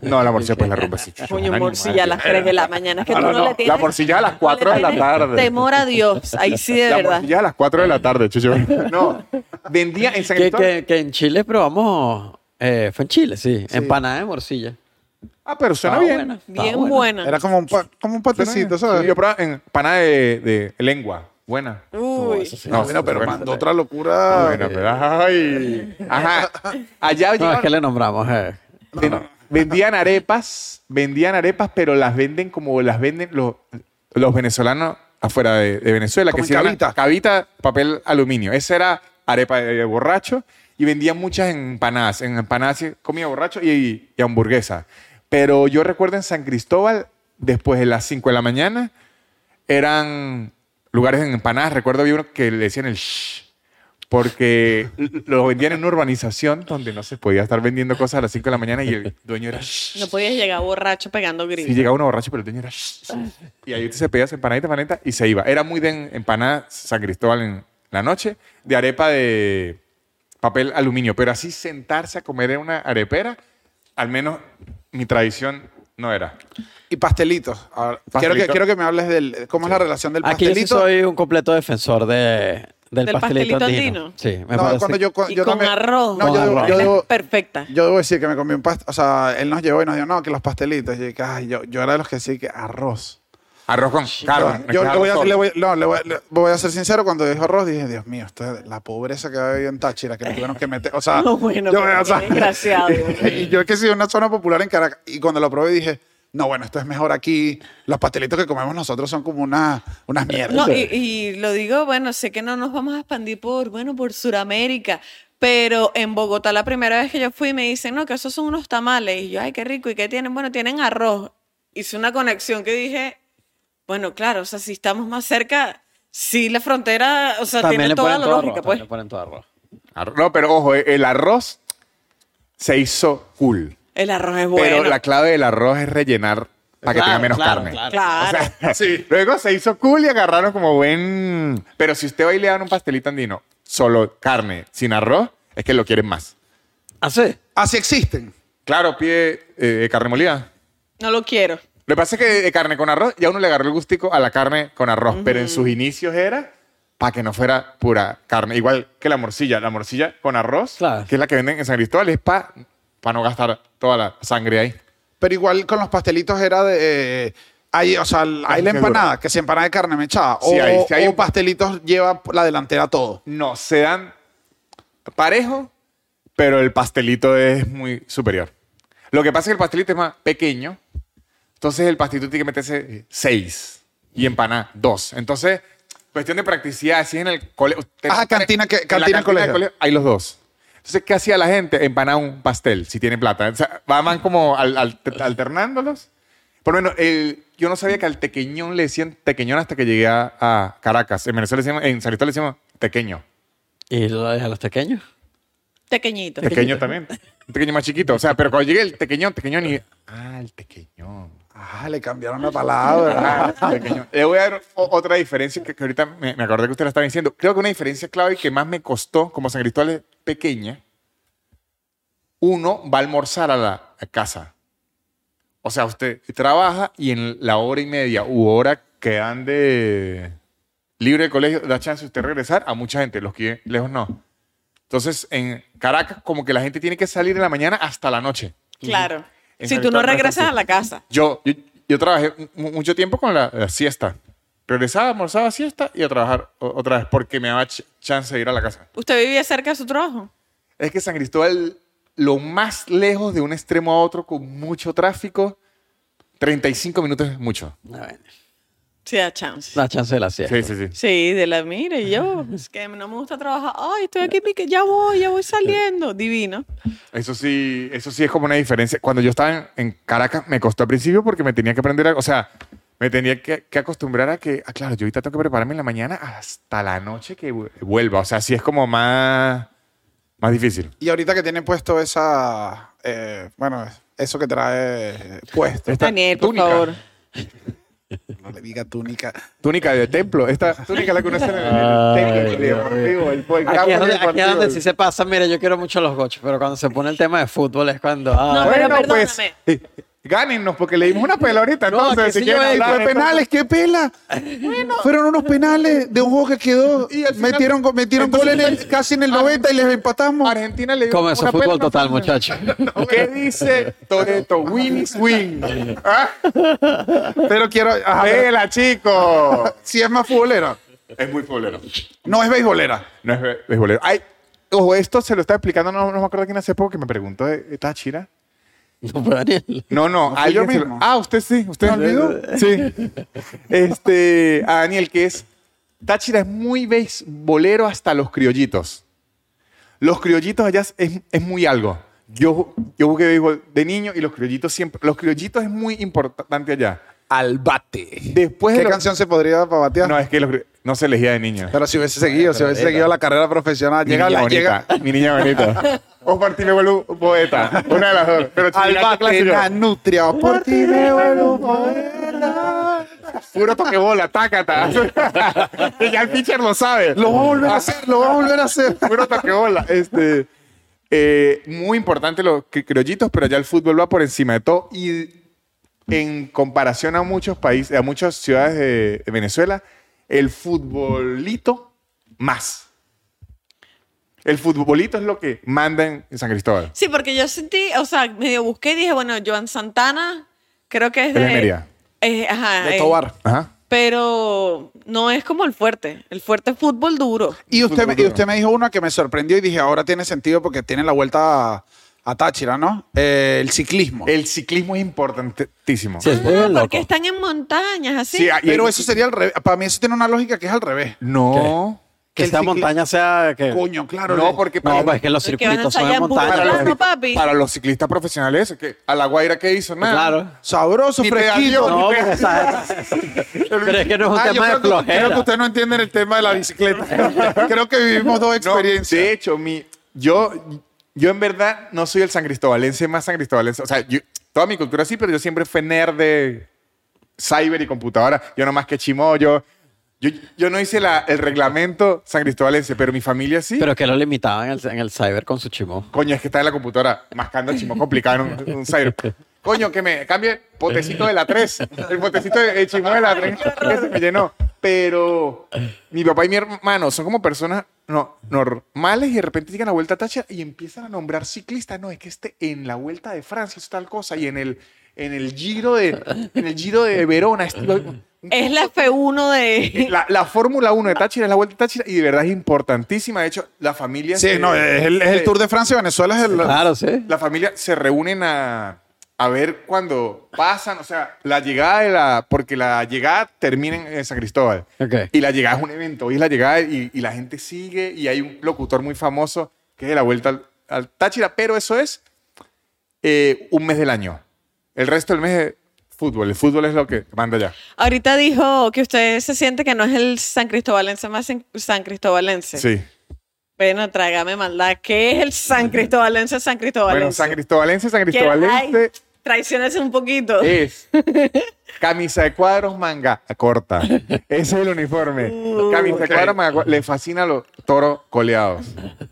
No, la morcilla pues la rumba sí. Coño, morcilla a las 3 de la mañana. Es que No, tú no, no, Ah, no. le tienes. La morcilla a las no le 4 de la tienes tarde. Temor a Dios. Ahí sí, de La verdad. morcilla a las 4 de la tarde, chucho. No, vendía en San Que, Cristóbal. que, que en Chile probamos. eh, fue en Chile, sí. Empanada de morcilla. Ah, pero suena Estaba bien. buena, estaba Bien buena. buena. Era como un, pa- como un patecito, ¿sabes? Sí, yo probaba en panada de, de lengua. Buena. Uy. Eso sí. No, bueno, pero bueno. mandó otra locura. Bueno, pero ay. Ajá. Allá No, es llegaron- que le nombramos. eh. Ven- vendían arepas, vendían arepas, pero las venden como las venden los, los venezolanos afuera de, de Venezuela. Como que en se llaman cavita. Cavita, papel aluminio. Esa era arepa de, de borracho y vendían muchas empanadas. En empanadas sí comía borracho y, y hamburguesa. Pero yo recuerdo en San Cristóbal, después de las 5 de la mañana, eran lugares en empanadas. Recuerdo había uno que le decían el shh, porque lo vendían en una urbanización donde no se podía estar vendiendo cosas a las 5 de la mañana y el dueño era shh. No podías llegar borracho pegando gritos. Sí, llegaba uno borracho, pero el dueño era shh. Y ahí usted se pedía su empanadita, empanadita y se iba. Era muy de en- empanada San Cristóbal en la noche, de arepa de papel aluminio. Pero así sentarse a comer en una arepera, al menos mi tradición no era. Y pastelitos. Ahora, Quiero, que, Pastelito. quiero que me hables del cómo es la relación del Aquí yo sí pastelito. soy un completo defensor de, del, Del pastelito, pastelito andino. andino. Sí, me No, parece. cuando yo, cuando y yo con también- arroz. No, Con yo, debo- arroz. yo debo, Perfecta. yo debo decir que me comí un pastel. O sea, él nos llevó y nos dijo, no, que los pastelitos. Y yo, dije, ay, yo, yo era de los que sí, que arroz. Arroz con carne. yo le voy, a, arroz. le voy- no, le voy, le voy a ser sincero, cuando dijo arroz dije, Dios mío, esto es la pobreza que había vivido en Táchira, que le tuvieron que meter. O sea, No, bueno, yo, pero o sea, qué desgraciado. y yo que soy de una zona popular en Caracas, y cuando lo probé dije, no, bueno, esto es mejor aquí. Los pastelitos que comemos nosotros son como una, unas mierdas. No, y, y lo digo, bueno, sé que no nos vamos a expandir por, bueno, por Sudamérica, pero en Bogotá la primera vez que yo fui me dicen, no, que esos son unos tamales. Y yo, ay, qué rico, ¿y qué tienen? Bueno, tienen arroz. Hice una conexión que dije, bueno, claro, o sea, si estamos más cerca, sí, la frontera, o sea, tiene toda la todo lógica, arroz, pues. también le ponen todo arroz. Arroz. No, pero ojo, eh, el arroz se hizo cool. El arroz es bueno. Pero la clave del arroz es rellenar para que tenga Claro, menos claro, carne. claro. Claro. Sí. Luego se hizo cool y agarraron como buen. Pero si usted va y le dan un pastelito andino, solo carne, sin arroz, es que lo quieren más. ¿Ah, sí? Así existen. Claro, pide eh, carne molida. No lo quiero. Lo que pasa es que de carne con arroz, ya uno le agarró el gustico a la carne con arroz, pero en sus inicios era para que no fuera pura carne. Igual que la morcilla. La morcilla con arroz, Claro. que es la que venden en San Cristóbal, es para no gastar toda la sangre ahí. Pero igual con los pastelitos era de. eh, hay, o sea, hay la qué empanada, que es empanada de carne mechada. Sí, o, hay- sí hay o un- pastelitos lleva la delantera todo. No, se dan parejo, pero el pastelito es muy superior. Lo que pasa es que el pastelito es más pequeño, entonces el pastelito tiene que meterse seis y empanar dos. Entonces, cuestión de practicidad, si es en el colegio. Ah, cantina que- cantina en la colegio. Hay los dos. Entonces, ¿qué hacía la gente? Empanar un pastel, si tiene plata. O sea, van van como al- al- alternándolos. Por lo menos, el, yo no sabía que al tequeñón le decían tequeñón hasta que llegué a, a Caracas. En Venezuela le decíamos, en San Cristóbal le decíamos tequeño. ¿Y lo- a los pequeños? Pequeñito. Tequeño también. Un tequeño más chiquito. O sea, pero cuando llegué el tequeñón, tequeñón y. Ah, el tequeñón. Ah, le cambiaron la palabra. Ah, el tequeñón. Le voy a dar o- otra diferencia que, que ahorita me, me acordé que usted la estaba diciendo. Creo que una diferencia clave y que más me costó, como San Cristóbal es pequeña, uno va a almorzar a la a casa. O sea, usted trabaja y en la hora y media u hora que dan de libre del colegio, da chance de usted regresar a mucha gente, los que viven lejos no. Entonces, en Caracas, como que la gente tiene que salir en la mañana hasta la noche. Claro. En Si San tú no Cristóbal es regresas así. a la casa. Yo, yo, yo trabajé mu- mucho tiempo con la, la siesta. Regresaba, almorzaba, siesta y a trabajar o- otra vez porque me daba ch- chance de ir a la casa. ¿Usted vivía cerca de su trabajo? Es que San Cristóbal, lo más lejos de un extremo a otro con mucho tráfico, 35 minutos es mucho. Bueno, Sí, da chance. La chance de la siesta. Sí, sí, sí. Sí, de la mira y yo. Es que no me gusta trabajar. Ay, estoy aquí, pique, ya voy, ya voy saliendo. Divino. Eso sí, eso sí es como una diferencia. Cuando yo estaba en, en Caracas, me costó al principio porque me tenía que aprender, a- o sea, me tenía que, que acostumbrar a que, ah, claro, yo ahorita tengo que prepararme en la mañana hasta la noche que vu- vuelva. O sea, sí es como más, más difícil. Y ahorita que tiene puesto esa. eh, bueno, eso que trae eh, puesto. Esta Daniel, por túnica. favor. No le diga túnica. Túnica de templo. Esta túnica la conocen en el Ay, templo, el Dios deportivo, el el campo Aquí es, donde, aquí es deportivo. donde sí se pasa. Mira, yo quiero mucho los gochos, pero cuando se pone el tema de fútbol es cuando. ah, No, pero Bueno, pues, perdóname. Gánennos, porque le dimos una pela ahorita. No, que Entonces, si sí yo quieren he- hablar, Fue penales, qué pela. Fueron unos penales de un juego que quedó. Y al final- metieron go- metieron gol en el, casi en el 90 y les empatamos. Argentina le dio ¿Cómo es una eso? Fútbol pela. total, muchacho. ¿Qué dice Toreto? Win is win. Ah, Pero quiero. ajá, pero ¡Pela, chico! si es más futbolera. Es muy futbolero. No es beisbolera. No es be- beisbolero. Ay, ojo, esto se lo estaba explicando, no, no me acuerdo quién hace poco que me preguntó, ¿está chira? No, pero Daniel. No, no, No fui alguien yo se lo- mismo. Ah, usted sí, usted ¿Me olvidó. Sí. Este, a Daniel, que es. Táchira es muy beisbolero hasta los criollitos. Los criollitos allá es, es muy algo. Yo, yo jugué béisbol de niño y los criollitos siempre. Los criollitos es muy importante allá. Al bate. Después de ¿Qué los- canción se podría para batear? No, es que los cri- no se elegía de niño. Pero si hubiese seguido, si hubiese seguido la carrera profesional, Mi llega, niña la, llega bonita. Mi niña bonita. O por ti me vuelvo un poeta. Una de las dos. Pero al Chirinato bate clásico. la nutria. o Por ti me vuelvo poeta. Puro toquebola, tácata. y ya el pitcher lo sabe. Ah. Lo va a volver a hacer, lo va a volver a hacer. Puro toquebola. Este, eh, muy importante los cri- criollitos, pero ya el fútbol va por encima de todo. Y en comparación a muchos países, a muchas ciudades de, de Venezuela, el futbolito más. El futbolito es lo que manda en en San Cristóbal. Sí, porque yo sentí, o sea, medio busqué y dije, bueno, Joan Santana, creo que es Él de. es Mérida. es- ajá. De es- Tobar. Ajá. Pero no es como el fuerte. El fuerte es fútbol duro. Y usted, me, Futuro. y usted me dijo una que me sorprendió y dije, ahora tiene sentido porque tiene la vuelta a, a Táchira, ¿no? Eh, el ciclismo. El ciclismo es importantísimo. Sí, es Ah, bien loco. porque están en montañas, así. Sí, ah. hay- Pero eso sería al revés. Para mí eso tiene una lógica que es al revés. No. Que el esta cicli- montaña sea. Que... Coño, claro. No, le- porque No, para, pues es que los Porque van circuitos a son ensayar en en montaña. Pucallpa. para los, Plano, papi. para los ciclistas profesionales, eso, que a la Guaira que hizo nada. Claro. Sabroso, Ni fresquito. pedaleó, ni No, pues, esa- pero es que no es un Ah, yo tema de creo que- flojera. Creo que ustedes no entienden el tema de la bicicleta. creo que vivimos dos No, experiencias. de hecho, mi, yo, yo en verdad no soy el san cristobalense más san cristobalense. O sea, yo- toda mi cultura sí, pero yo siempre fui nerd de cyber y computadora. Yo no más que chimoyo. Yo, yo no hice la- el reglamento san cristobalense, pero mi familia sí. Pero que lo limitaban en el, en el cyber con su chimo. Coño, es que está en la computadora mascando chimo complicado en un, un cyber. Coño, que me cambie potecito de la 3. El potecito de, de chimo de la 3 que se me llenó. Pero mi papá y mi hermano son como personas no, normales y de repente llegan a Vuelta a Tacha y empiezan a nombrar ciclistas. No, es que este en la Vuelta de Francia es tal cosa y en el, en el Giro de, en el Giro de Verona. este- Es la F1 de. la, la Fórmula 1 de Táchira es la Vuelta a Táchira y de verdad es importantísima. De hecho, la familia... Sí, se- no, es el, es el se- Tour de Francia, Venezuela es el... Claro, sí. la familia se reúnen a, a ver cuando pasan, o sea, la llegada de la, porque la llegada termina en- en San Cristóbal. Ok. Y la llegada es un evento, hoy es la llegada y, y la gente sigue y hay un locutor muy famoso que es de la vuelta al, al Táchira, pero eso es eh, un mes del año. El resto del mes es fútbol, el fútbol es lo que manda ya. Ahorita dijo que usted se siente que no es el San Cristobalense más en- San Cristobalense. Sí. Bueno, trágame maldad. ¿Qué es el San Cristobalense, San Cristobalense? Bueno, San Cristobalense, San Que, Cristobalense. ay, Traiciones un poquito. Eh, es camisa de cuadros, manga corta. Ese es el uniforme. Uh, camisa de cuadros, manga corta. Le fascina a los toros coleados. O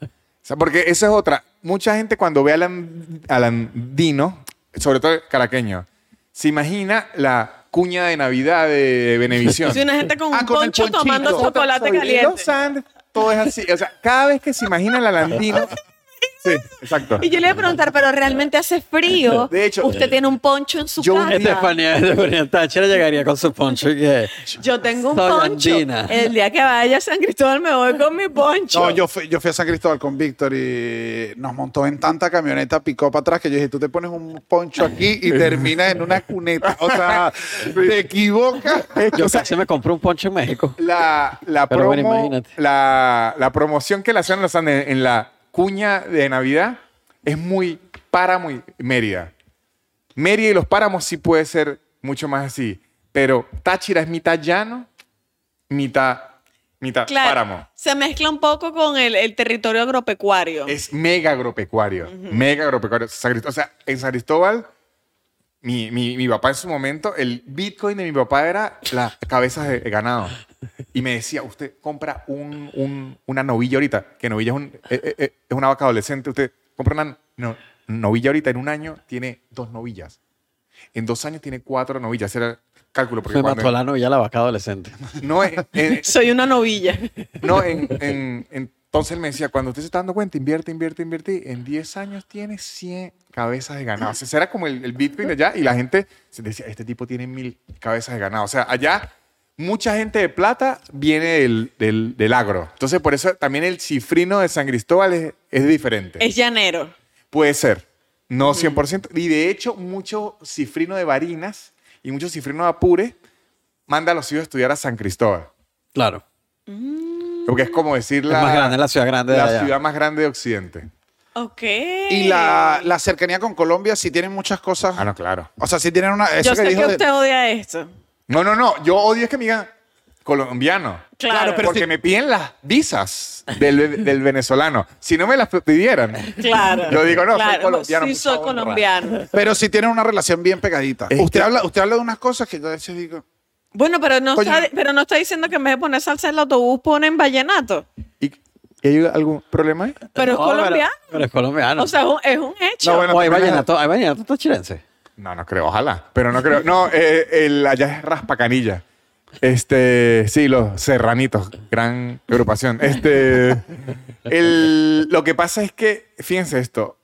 sea, porque esa es otra. Mucha gente cuando ve al, an- al andino, sobre todo el caraqueño, se imagina la cuña de Navidad de Benevisión. Si una gente con un Ah, con el poncho ponchito. tomando Todo- chocolate soy- caliente. los Andes, todo es así. O sea, cada vez que se imagina el alandino, Sí, exacto. Y yo le voy a preguntar, pero realmente hace frío. De hecho- eh, usted tiene un poncho en su Yo un casa. Estefanía, Estefanía Táchira llegaría con su poncho y que... Yo tengo un Soy poncho. Eh, andina. El día que vaya a San Cristóbal me voy con mi poncho. No, yo fui, yo fui a San Cristóbal con Víctor y nos montó en tanta camioneta, picó para atrás que yo dije, tú te pones un poncho aquí y terminas en una cuneta. O sea, te equivocas. Yo casi me compré un poncho en México. La, la, Pero bueno, promo- imagínate. la, la promoción que le hacen a los Andes en la cuña de Navidad es muy páramo y Mérida. Mérida y los páramos sí puede ser mucho más así, pero Táchira es mitad llano, mitad, mitad Claro, páramo. se mezcla un poco con el, el territorio agropecuario. Es mega agropecuario. Mega agropecuario. San Crist- o sea, en San Cristóbal, mi, mi- mi papá en su momento, el bitcoin de mi papá era las cabezas de ganado. Y me decía, usted compra un, un- una novilla ahorita, que novilla es, un- eh, eh, eh, es una vaca adolescente, usted compra una no- novilla ahorita, en un año tiene dos novillas. En dos años tiene cuatro novillas. Ese era el cálculo. Porque Me cuando- mató la novia la vaca adolescente. No, eh, es- es- Soy una novilla. no, en- en- entonces él me decía, cuando usted se está dando cuenta, invierte, invierte, invierte, en 10 años tiene 100 cabezas de ganado. O sea, ese era como el, el Bitcoin allá y la gente se decía, este tipo tiene mil cabezas de ganado. O sea, allá mucha gente de plata viene del, del- del agro. Entonces, por eso también el cifrino de San Cristóbal es, es diferente. Es llanero. Puede ser, no 100%. Y de hecho, mucho cifrino de Barinas y mucho cifrino de Apure manda a los hijos a estudiar a San Cristóbal. Claro. Porque es como decir la, es más grande, es la ciudad grande de la allá. ciudad más grande de Occidente. Ok. Y la, la cercanía con Colombia sí tienen muchas cosas. Ah, no, claro. O sea, sí tienen una... Eso yo que sé dijo que de- usted odia esto. No, no, no. Yo odio es que me digan colombiano. Claro, pero porque si- me piden las visas del, del venezolano. Si no me las pidieran. Claro. Yo digo, no, soy claro. colombiano, Sí, por soy favor. colombiano. Pero sí tienen una relación bien pegadita. Es Usted que- habla, usted habla de unas cosas que yo a veces digo... Bueno, pero no, Coño. está, pero no está diciendo que en vez de poner salsa en el autobús ponen vallenato. ¿Y, y hay algún problema ahí? Pero es No, colombiano. Pero, pero es colombiano. O sea, es un, es un hecho. No, bueno, O hay también es- vallenato, hay vallenato tachirense. No, no creo, ojalá. Pero no creo. No, eh, el, allá es raspacanilla. Este, sí, los serranitos, gran agrupación. Este, el- lo que pasa es que, fíjense esto: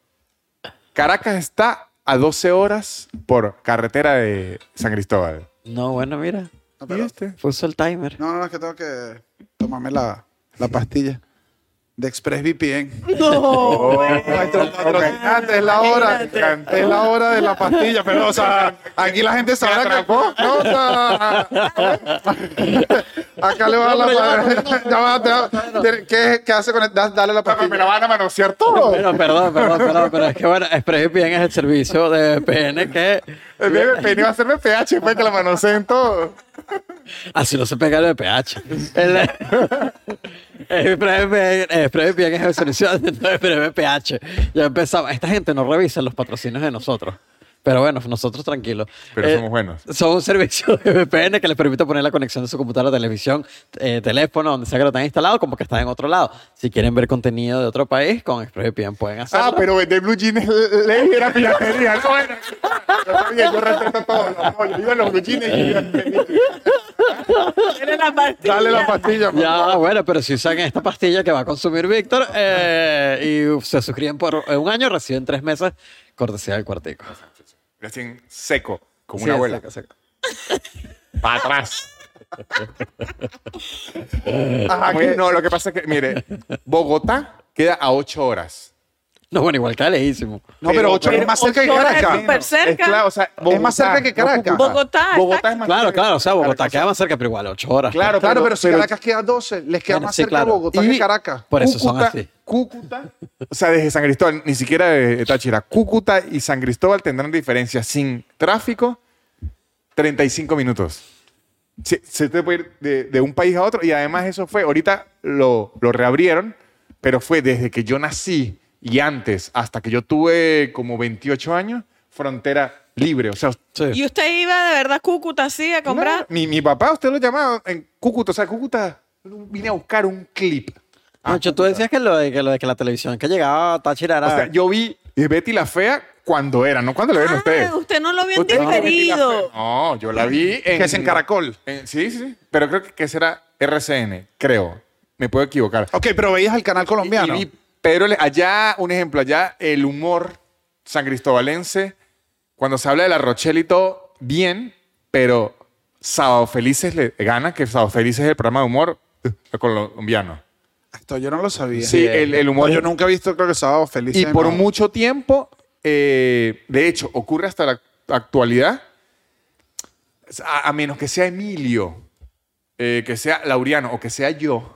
Caracas está a 12 horas por carretera de San Cristóbal. No, bueno, mira. ¿Y No, pero- este? Puso el timer. no, no, es que tengo que tomarme la, la pastilla de ExpressVPN. No. Nuestro patrocinante Ah, es la hora, Imagínate. es la hora de la pastilla, pero o sea, aquí la gente sabrá que no, o sea, acá le va a la madre. Ya va, te va- te- ¿Qué, qué hace con el, da- dale la Me la pastilla? van a manosear todo. Bueno, perdón, perdón, perdón, pero es que bueno, ExpressVPN es el servicio de VPN que eh, El BBP iba a hacerme PH, pues, fue que la manoseen todo. así Ah, no se pega el VPH. El, el ExpressVPN ExpressVPN es el servicio de ExpressVPH. Ya empezaba. Esta gente no revisa los patrocinios de nosotros. Pero bueno, nosotros tranquilos. Eh, Pero Eh, somos buenos. Son un servicio de VPN que les permite poner la conexión de su computadora, televisión, eh, teléfono, donde sea que lo tengan instalado, como que está en otro lado. Si quieren ver contenido de otro país, con ExpressVPN pueden hacerlo. Ah, pero vender blue jeans eh, es ley era piratería. No, bueno. Yo sabía, yo respeto todo. No, yo iba a los blue jeans y yo Tiene la pastilla. Dale la pastilla. por favor. Ya, bueno, pero si usan esta pastilla que va a consumir Víctor eh, y se suscriben por eh, un año, reciben tres meses cortesía del cuartico. Recién seco, como Sí, una abuela. exacto, exacto. Para atrás. Ajá, Muy- que- no, lo que pasa es que, mire, Bogotá queda a ocho horas. No, bueno, igual está lejísimo. no, pero ocho es más cerca que ocho horas Caracas. es súper cerca. Es, claro, o sea, Es más cerca que Caracas. Bogotá, Bogotá es exacto. más Claro, cerca que claro, o sea, Bogotá Caracas. queda más cerca, pero igual ocho horas. Claro, claro, pero si pero- Caracas queda 12, les queda Bueno, más sí, cerca claro. Bogotá Y- que Caracas. Por eso son Cúcuta, así. Cúcuta, o sea, desde San Cristóbal, ni siquiera de Táchira. Cúcuta y San Cristóbal tendrán diferencia sin tráfico 35 minutos. Se, se te puede ir de, de un país a otro y además eso fue, ahorita lo, lo reabrieron, pero fue desde que yo nací y antes hasta que yo tuve como 28 años, frontera libre. O sea, Sí. Y usted iba de verdad a Cúcuta así a comprar. no, mi, mi papá, usted lo llamaba en Cúcuta, o sea, Cúcuta, vine a buscar un clip. Ah, Nacho, tú decías que lo, de, que lo de que la televisión que llegaba a Táchira era... O sea, yo vi eh, Betty la Fea cuando era, no cuando la vieron Ah, ustedes. usted no lo vio en Ustedes vieron Betty la diferido. Fea. No, yo la vi en. Que es en Caracol. en- sí, sí, sí. Pero creo que, que será RCN, creo. Me puedo equivocar. Ok, pero veías el canal Y- colombiano. Y vi Pero le- allá, un ejemplo, allá el humor san cristobalense, cuando se habla de la Rochelle y todo, bien, pero Sábado Felices le gana, que Sábado Felices es el programa de humor eh, colombiano. Esto yo no lo sabía. Sí, el, el humor. No, yo nunca he visto, creo que sábado feliz. Y ¿no? por mucho tiempo, eh, de hecho, ocurre hasta la actualidad, a, a menos que sea Emilio, eh, que sea Laureano o que sea yo.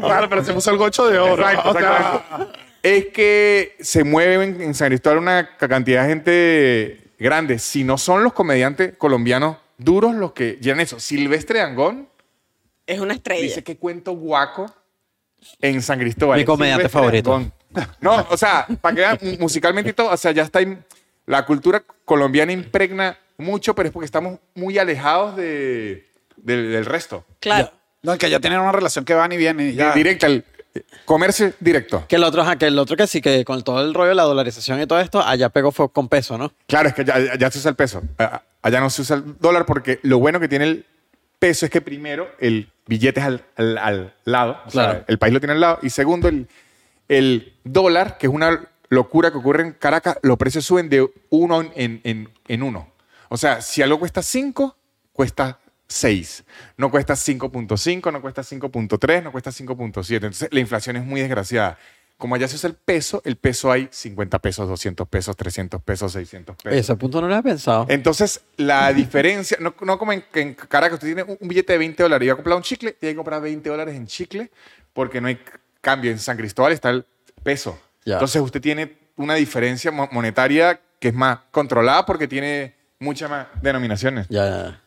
Claro, pero se puso el gocho de oro. Exacto, O sea, exacto. Es que se mueven en San Cristóbal una ca- cantidad de gente grande. Si no son los comediantes colombianos duros los que llenan eso. Silvestre Angón Es una estrella. dice que cuento guaco en San Cristóbal. Mi comediante Silvestre favorito. Angón. No, o sea, para que vean, mu- musicalmente y todo, o sea, ya está. im- La cultura colombiana impregna mucho, pero es porque estamos muy alejados de, del- del resto. claro. No, que ya tienen una relación que van y vienen y ya. Directa, el eh, comercio directo. Que el otro, ajá, que el otro que sí, que con todo el rollo de la dolarización y todo esto, allá pegó fue con peso, ¿no? Claro, es que allá, allá se usa el peso. A- Allá no se usa el dólar porque lo bueno que tiene el peso es que primero el billete es al, al- al lado. O sea, Claro. el país lo tiene al lado. Y segundo, el, el dólar, que es una locura que ocurre en Caracas, los precios suben de uno en, en, en- en uno. O sea, si algo cuesta 5, cuesta 6. No cuesta 5.5, no cuesta 5.3, no cuesta 5.7. Entonces, la inflación es muy desgraciada. Como allá se usa el peso, el peso hay 50 pesos, 200 pesos, 300 pesos, 600 pesos. Ese punto no lo había pensado. Entonces, la diferencia, no, no como en, que en Caracas, usted tiene un, un billete de 20 dólares y va a comprar un chicle, tiene que comprar 20 dólares en chicle porque no hay c- cambio. En San Cristóbal está el peso. Ya. Entonces, usted tiene una diferencia mo- monetaria que es más controlada porque tiene muchas más denominaciones. Ya, ya.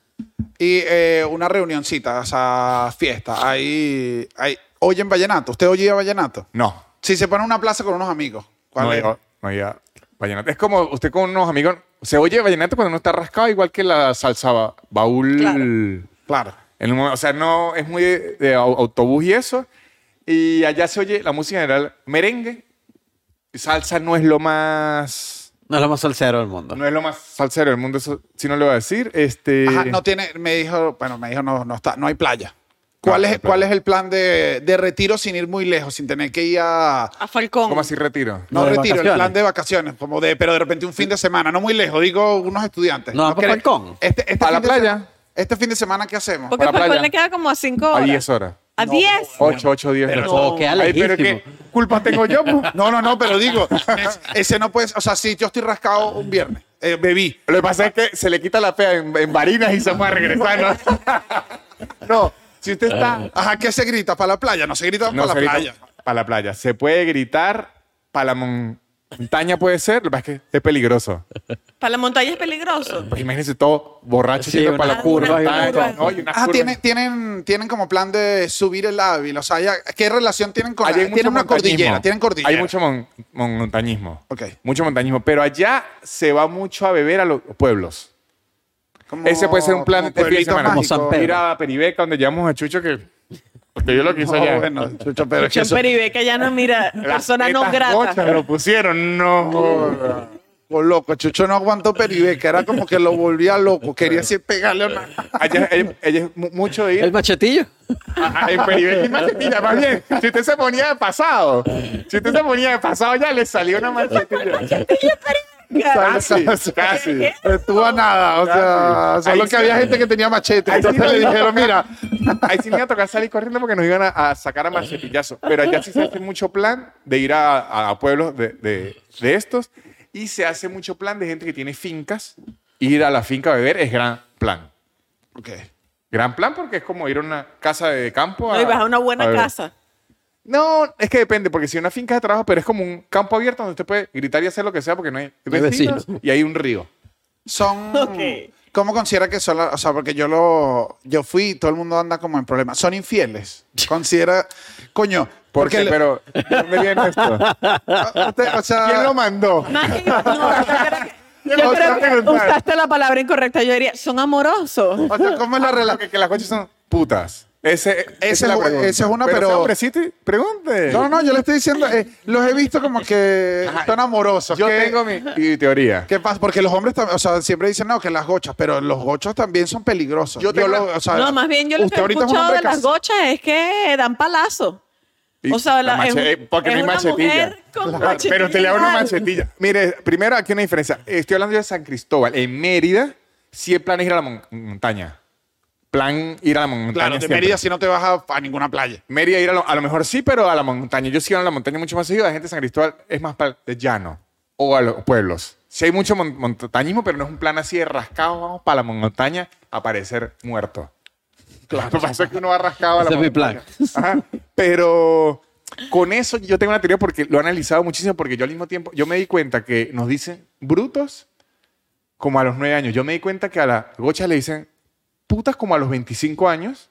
Y eh, una reunioncita, o sea, fiesta. Ahí, ahí. Oyen vallenato. ¿Usted oye vallenato? No, Si se pone en una plaza con unos amigos. ¿cuál no, es? ya- no, ya. Vallenato. Es como usted con unos amigos, se oye vallenato cuando uno está rascado, igual que la salsa ba- baúl. Claro. En un momento- o sea, no es muy de, de au- autobús y eso. Y allá se oye la música en general merengue. Salsa no es lo más. No es lo más salsero del mundo. No es lo más salsero del mundo, eso sí no lo voy a decir. Este, Ajá, no tiene, me dijo, bueno, me dijo, no, no está, no hay playa. No, ¿Cuál, no es, hay playa. ¿Cuál es el plan de, de retiro sin ir muy lejos, sin tener que ir a... A Falcón. ¿Cómo así retiro? No No, de retiro, el vacaciones. plan de vacaciones, como de, pero de repente un fin de semana, no muy lejos, digo unos estudiantes. No, para quiere- Falcón. Este, este ¿Para fin la de playa? se- Este fin de semana, ¿qué hacemos? Porque Para la Falcón playa. le queda como a 5 A horas. 10 horas. ¿A 10? 8, 8, 10 horas. no, queda Ay, pero ¿qué lejísimo. culpa tengo yo? po? No, no, no, pero digo, es- ese no puede, o sea, si yo estoy rascado un viernes, eh, bebí. Lo que pasa es que se le quita la fea en, en varinas y se puede regresar. ¿no? no, si usted está Ajá, ¿qué se grita? ¿Para la playa? No se grita No, para la playa. Para la playa. Se puede gritar, para la mon- montaña puede ser, lo que pasa es que es peligroso. Para la montaña es peligroso. Pues imagínense todo borracho Sí, yendo una para la curva, curva. una curva. no, y una Ah, curva. tienen, tienen, tienen como plan de subir el Ávila. O sea, ya- ¿qué relación tienen con Allá hay mucho Tienen una montañismo. cordillera, tienen cordillera. Hay mucho mon- mon- montañismo. Ok. Mucho montañismo. Pero allá se va mucho a beber a los pueblos. Como- Ese puede ser un plan de como fin de pueblitos semana. Como mágicos. San Pedro. Ir a Peribeca, donde llevamos a Chucho, que. Porque yo lo que hice No, allá. bueno, Chucho, pero es que eso- Chemper y Beca ya no mira. Las Persona no tetas grata. gochas lo pusieron, no. joda. Oh, loco, Chucho no aguantó Peribeca, era como que lo volvía loco, quería así pegarle una... Allá, ella, ella es mu- mucho de ir. El machetillo. Ah, En Peribeca y machetilla, más bien. Si usted se ponía de pasado, si usted se ponía de pasado, ya le salió una machetilla. Casi, casi. Ah, Estuvo a nada, o sea, solo Ahí sí. que había gente que tenía machete, Ahí sí entonces me le iba. dijeron, mira, Ahí sí me iba a tocar salir corriendo porque nos iban a, a sacar a machetillazo. Pero allá sí se hace mucho plan de ir a, a pueblos de, de- de estos y se hace mucho plan de gente que tiene fincas. Ir a la finca a beber es gran plan. Ok. Gran plan porque es como ir a una casa de campo. No, y vas a una buena beber. casa. No, es que depende, porque si una finca de trabajo, pero es como un campo abierto donde usted puede gritar y hacer lo que sea porque no hay No hay vecinos vecinos. y hay un río. Son... Ok. ¿Cómo considera que son las- O sea, porque yo lo... Yo fui y todo el mundo anda como en problemas. Son infieles. Considera... Coño, ¿Por porque... qué? le- Pero, ¿dónde viene esto? Ah, usted, o sea, ¿Quién lo mandó? Más que- no, yo creo que- Yo yo no creo sé que preguntar. usaste la palabra incorrecta. Yo diría, son amorosos. Ah, o sea, ¿cómo es la relación? Porque que las coches son putas. Ese, esa Ese es la ju- pregunta. esa es una, pero- sea hombrecito y pregunte. No, no, no, yo le estoy diciendo, eh, los he visto como que Ajá. son amorosos. Yo que- tengo mi, mi teoría. ¿Qué pasa? Porque los hombres también, o sea, siempre dicen, no, que las gochas, pero los gochos también son peligrosos. Yo tengo lo- una- o sea, No, más bien yo lo usted que he ahorita es un escuchado hombre de las casado. gochas es que dan palazo. Y O sea, la la- es, mache- un- eh, porque es no hay una machetilla. mujer con machetilla. Pero te le da una igual. machetilla. Mire, primero aquí hay una diferencia. Estoy hablando yo de San Cristóbal. En Mérida, sí el plan es ir a la mon- montaña. Plan ir a la montaña. Claro, de siempre. Mérida si no te vas a, a ninguna playa. Mérida ir a lo, a lo mejor sí, pero a la montaña. Yo sí iba a la montaña mucho más seguido. La gente de San Cristóbal es más para de llano o a los pueblos. Sí hay mucho mon- montañismo, pero no es un plan así de rascado. Vamos para la montaña a parecer muerto. Claro, lo que pasa es que uno va rascado a la Ese es mi montaña. Ajá. Pero con eso yo tengo una teoría porque lo he analizado muchísimo porque yo al mismo tiempo, yo me di cuenta que nos dicen brutos como a los nueve años. Yo me di cuenta que a la gocha le dicen putas como a los 25 años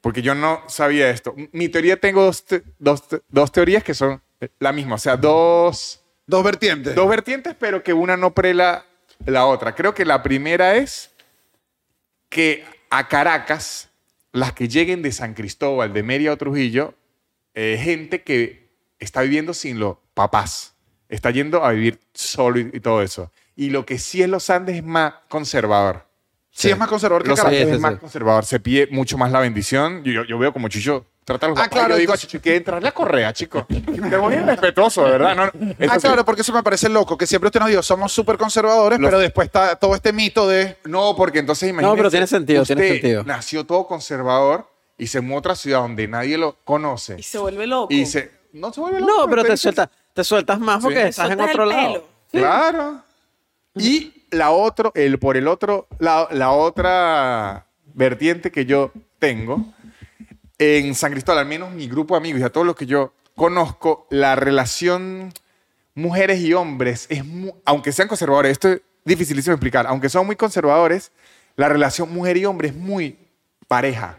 porque yo no sabía esto. Mi teoría tengo dos, te- dos, te- dos teorías que son eh, la misma, o sea, dos, Dos vertientes. dos vertientes, pero que una no prela la otra. Creo que la primera es que a Caracas, las que lleguen de San Cristóbal, de Mérida o Trujillo, eh, gente que está viviendo sin los papás, está yendo a vivir solo y, y todo eso. Y lo que sí es los Andes es más conservador. sí, es más conservador que Los Caracas. Andes sí, es sí. más conservador, se pide mucho más la bendición. Yo, yo- yo veo como Chicho trata a los Ah, papás. claro, yo digo a entonces- Chicho que entra la correa, chico. Te voy irrespetuoso, de ¿verdad? No, no. Ah, Entonces, claro, porque eso me parece loco, que siempre usted nos dijo, somos súper conservadores, Los- pero después está todo este mito de... No, porque entonces imagínese. No, pero tiene sentido, tiene usted sentido. Nació todo conservador y se mueve a otra ciudad donde nadie lo conoce. Y se vuelve loco. Y se. No se vuelve loco. No, pero te dice- sueltas, te sueltas más porque Sí. estás en Sueltas otro el lado. pelo. Claro. Y la otro, el, por el otro, la, la otra vertiente que yo tengo, en San Cristóbal, al menos mi grupo de amigos y a todos los que yo conozco, la relación mujeres y hombres es, mu- aunque sean conservadores, esto es dificilísimo de explicar, aunque son muy conservadores, la relación mujer y hombre es muy pareja.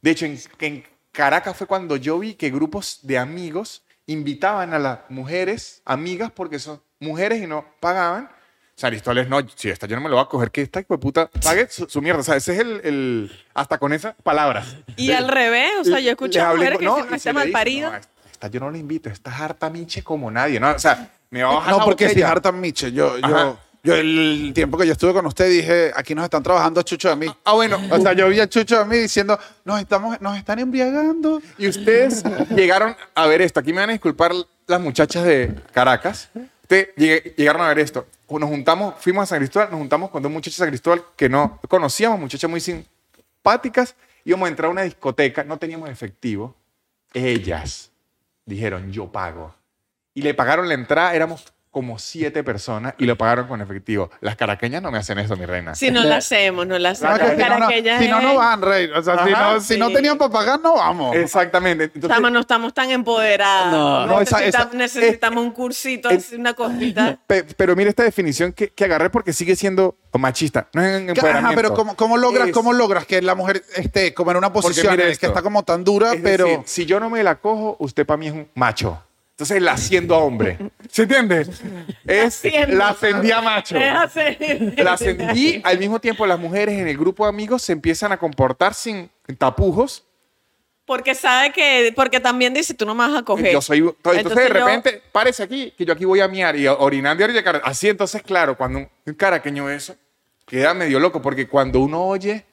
De hecho, en, que en Caracas fue cuando yo vi que grupos de amigos invitaban a las mujeres, amigas, porque son mujeres y no pagaban. O sea, Aristóteles, no, si esta yo no me lo voy a coger, que esta hijo de puta pague su, su mierda. O sea, ese es el, el- Hasta con esas palabras. Y al revés, o sea, yo escuché Les a hablé mujeres con- que no, dicen, y no, se está le mal dice, parida. no, a esta yo no la invito, esta es harta minche como nadie, ¿no? O sea, me va a bajar No, la porque botella. fijar tan Miche, yo, Ajá. yo, yo el tiempo que yo estuve con usted dije, aquí nos están trabajando a Chucho a mí. Ah, bueno, O sea, yo vi a Chucho a mí diciendo, nos, estamos, nos están embriagando. Y ustedes llegaron a ver esto. Aquí me van a disculpar las muchachas de Caracas. Ustedes llegue- llegaron a ver esto. Nos juntamos, fuimos a San Cristóbal, nos juntamos con dos muchachas de San Cristóbal que no conocíamos, muchachas muy simpáticas. Íbamos a entrar a una discoteca, no teníamos efectivo. Ellas dijeron, yo pago. Y le pagaron la entrada, éramos como siete personas y lo pagaron con efectivo. Las caraqueñas no me hacen eso, mi reina. Si no la hacemos, no la No, es hacemos. que si no, Cara no, que ella si no, es- no van, Rey. O sea, si, Ajá, no, si no sí. tenían para pagar, no vamos. Exactamente. Entonces, Chama, no estamos tan empoderadas. No. No, esa- Necesita- esa- necesitamos un cursito, es- una cosita. Pe- pero mira esta definición que, que agarré porque sigue siendo machista. No es en Ca- Ajá, empoderamiento. pero ¿cómo, cómo logras, Es- cómo logras que la mujer esté como en una posición mira en el esto. que está como tan dura, Es pero... decir, si yo no me la cojo, usted para mí es un macho. Entonces la haciendo a hombre. ¿Se entiende? Es Haciendo. la ascendí a macho. Es hacer- La ascendí- y al mismo tiempo las mujeres en el grupo de amigos se empiezan a comportar sin tapujos. Porque sabe que, porque también dice, tú no me vas a coger. Yo soy, entonces, de yo- repente, parece aquí, que yo aquí voy a miar y orinando y orilla de cara. Así, entonces, claro, cuando un- un caraqueño eso, queda medio loco, porque cuando uno oye,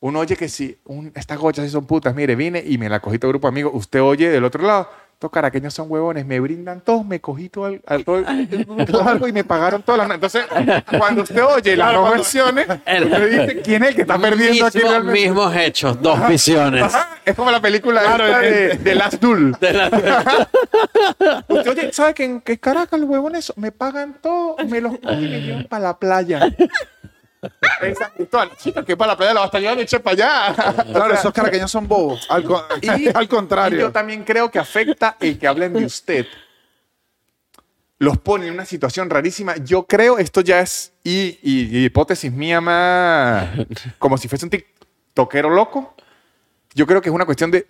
uno oye que si un- estas gochas sí son putas, mire, vine y me la cogí todo el grupo amigo, usted oye del otro lado, estos caraqueños son huevones, me brindan todos, me cogí todo el, al- todo el- el grupo amigo y me pagaron todas las... no-". Entonces, cuando usted oye las dos versiones, El- usted dice, ¿quién es el que está perdiendo aquí Mismo- realmente? mismos hechos, dos visiones. Ajá, Es como la película Claro, esta el- de, de Last Duel. De la- Usted, oye, ¿sabe que en que Caracas los huevones me pagan todo? Me los cogí y me llevan para la playa. Exacto. Toda la chica que para la playa la va a estar llevando eche para allá. Claro, esos caraqueños son bobos. Al, co- al Y yo contrario. también creo que afecta el que hablen de usted. Los pone en una situación rarísima. Yo creo, esto ya es y, y- y hipótesis mía más como si fuese un tiktoquero loco. Yo creo que es una cuestión de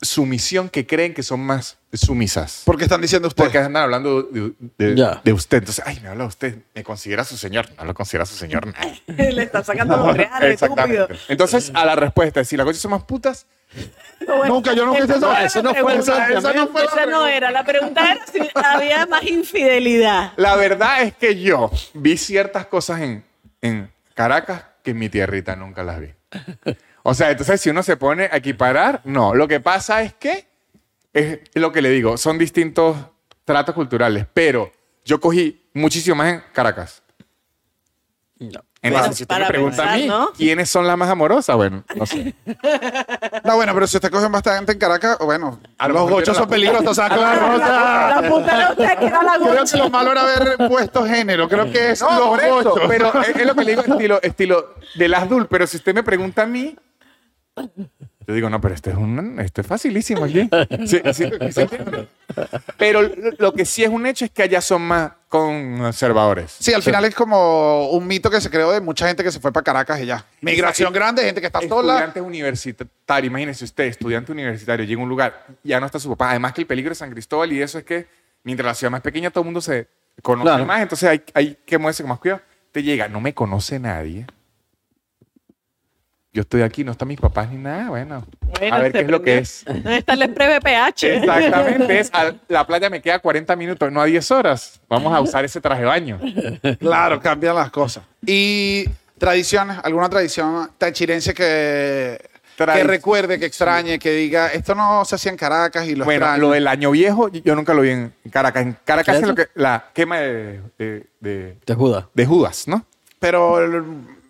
sumisión que creen que son más sumisas. Porque están diciendo Porque ustedes. andan hablando de, de- Ya. de usted. Entonces, ay, me habla usted. Me considera su señor. No lo considera su señor. nada. Le está sacando montreal, estúpido. Entonces, a la respuesta, si las cosas son más putas, Nunca, yo nunca hice eso. no era Eso la no fue el pregunta. planteamiento. Esa no fue la Esa no era. La pregunta era si había más infidelidad. la verdad es que yo vi ciertas cosas en, en Caracas que en mi tierrita nunca las vi. O sea, entonces si uno se pone a equiparar, no. Lo que pasa es que, es lo que le digo, son distintos tratos culturales, pero yo cogí muchísimo más en Caracas. No. Entonces, Bueno, si tú para me preguntas a pensar, mí, ¿no? ¿quiénes son las más amorosas? Bueno, no sé. No, bueno, pero si usted coge bastante en Caracas, bueno, A lo los mejor gochos era son la- peligrosos, saca la rosa. La puta era usted que era la Creo gorda. que lo malo era haber puesto género. Creo que es No, los por eso, gochos. pero es, es lo que le digo, estilo, estilo de las dul. Pero si usted me pregunta a mí, yo digo, no, pero este es, un, este es facilísimo aquí. Sí, sí, sí. pero lo, lo que sí es un hecho es que allá son más conservadores. Sí, al final es como un mito que se creó de mucha gente que se fue para Caracas y ya. Migración Exacto. grande, gente que está sola. Estudiante universitario, imagínese usted, estudiante universitario, llega a un lugar, ya no está su papá. Además que el peligro de San Cristóbal y eso es que mientras la ciudad más pequeña todo el mundo se conoce Claro. más, entonces hay, hay que moverse con más cuidado. Te llega, no me conoce nadie. Yo estoy aquí, no están mis papás ni nada, bueno. Bueno, a ver se qué es lo que prendió. es. ¿Dónde está el breve PH? Exactamente, es a- la playa me queda 40 minutos, no a 10 horas. Vamos a usar ese traje de baño. Claro, cambian las cosas. Y tradiciones, alguna tradición tachirense que, que Tradición. recuerde, que extrañe, que diga, esto no se hacía en Caracas y lo bueno, extraño. lo del año viejo, yo nunca lo vi en Caracas. En Caracas ¿Qué es es lo que, la quema de- de- de Te juda. de Judas, ¿no? Pero el-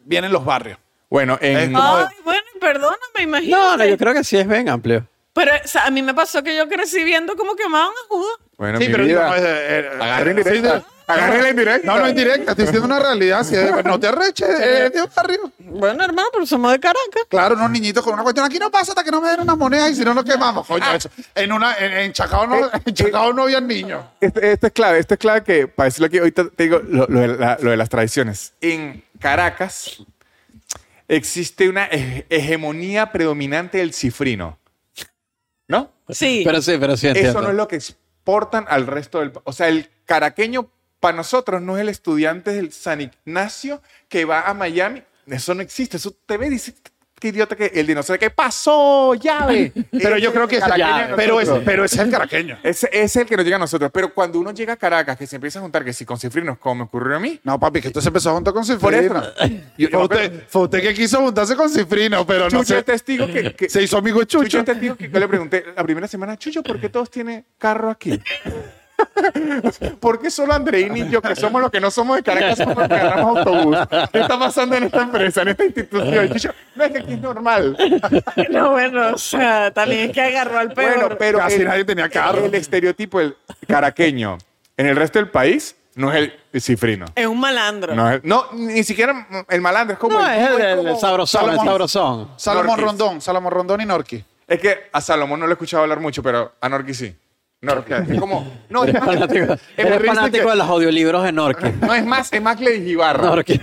vienen los barrios. Bueno, en, Ah. Ay, bueno, perdona, me imagino. No, no, yo creo que sí es bien amplio. Pero o sea, a mí me pasó que yo crecí viendo cómo quemaban a Judas. bueno, sí, mi pero vida. no es, eh, eh, Agarra en sí, directa. Agarra en directa. No, no es directa, estoy diciendo una realidad. sí, eh, no te arreches, eh, de un barrio. Bueno, hermano, pero somos de Caracas. Claro, unos niñitos con una cuestión. Aquí no pasa hasta que no me den una moneda y si no nos quemamos. Coño, eso. En, una, en, en Chacao Eh, no, en Chacao no había niños. Este, este es clave, este es clave que para decirlo aquí, ahorita te digo lo, lo de la- lo de las tradiciones. En Caracas existe una he- hegemonía predominante del cifrino. ¿No? Sí. Pero sí, pero sí entiendo. Eso no es lo que exportan al resto del... pa- O sea, el caraqueño para nosotros no es el estudiante del San Ignacio que va a Miami. Eso no existe. Eso te ve y dice, qué idiota que el dinosaurio. ¿Qué pasó? Llave. Pero yo creo que es, Ya, pero es, pero es el caraqueño. Ese ese es el que nos llega a nosotros. Pero cuando uno llega a Caracas, que se empieza a juntar, que si con cifrinos, como me ocurrió a mí. No, papi, que esto se empezó a juntar con Por eso. Cifrino. Yo- Fue yo- usted, fue usted que quiso juntarse con Cifrino, pero no Chucho sé. es testigo que, que- Se hizo amigo de Chucho este- Chucho. es testigo que yo le pregunté la primera semana, Chucho, ¿por qué todos tienen carro aquí? ¿Por qué solo Andreín y yo, que somos los que no somos de Caracas, somos los que agarramos autobús? ¿Qué está pasando en esta empresa, en esta institución? Y Chucho, no es que aquí es normal. No, bueno, o sea, también es que agarró al peor. Bueno, pero Casi nadie tenía carro. El estereotipo, el caraqueño, en el resto del país, no es el cifrino. Es un malandro. No, es- no, ni siquiera el malandro, es como No, es el, es el como sabrosón, el Salomón. sabrosón. Salomón Norquis. Rondón, Salomón Rondón y Norqui. Es que a Salomón no lo he escuchado hablar mucho, pero a Norqui sí. Norqui, es como, no, es Eres más, fanático, me eres reíste fanático que- de los audiolibros de Norqui. no es más, es más Gledigibarra. Norqui.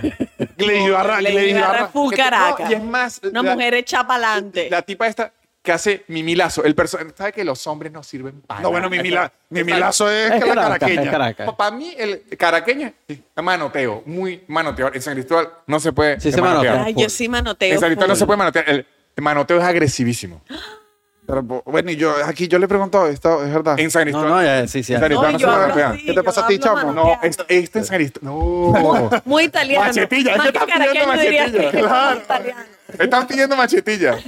Gledibarra, Gledibarra es full Que te- Caracas. no, y es más, Una la- mujer hecha pa'lante. La tipa esta que hace mimilazo. El personaje, ¿sabe que los hombres no sirven para No, bueno, mi, mila, mi milazo es, Es que la Caracas, es caraqueña. Caracas. Para mí, el caraqueño es manoteo, muy manoteo. En San Cristóbal no se puede Sí se manotear. manotea. Ay, yo sí manoteo. En San Cristóbal no full. se puede manotear. El el manoteo es agresivísimo. Pero, bueno, y yo aquí yo le he preguntado esto, es verdad. En San No, Cristóbal. no, ya, sí, sí. En San ya. No, Cristóbal no, yo se puede hablo manotear. así, ¿Qué te yo pasa a ti, hablo chamo? No, manoteando. es, este en San Cristóbal. No. Muy italiano. Machetilla, Más es que que estás pidiendo caraqueño dirías que machetilla. es Claro. italiano. Están pidiendo machetilla.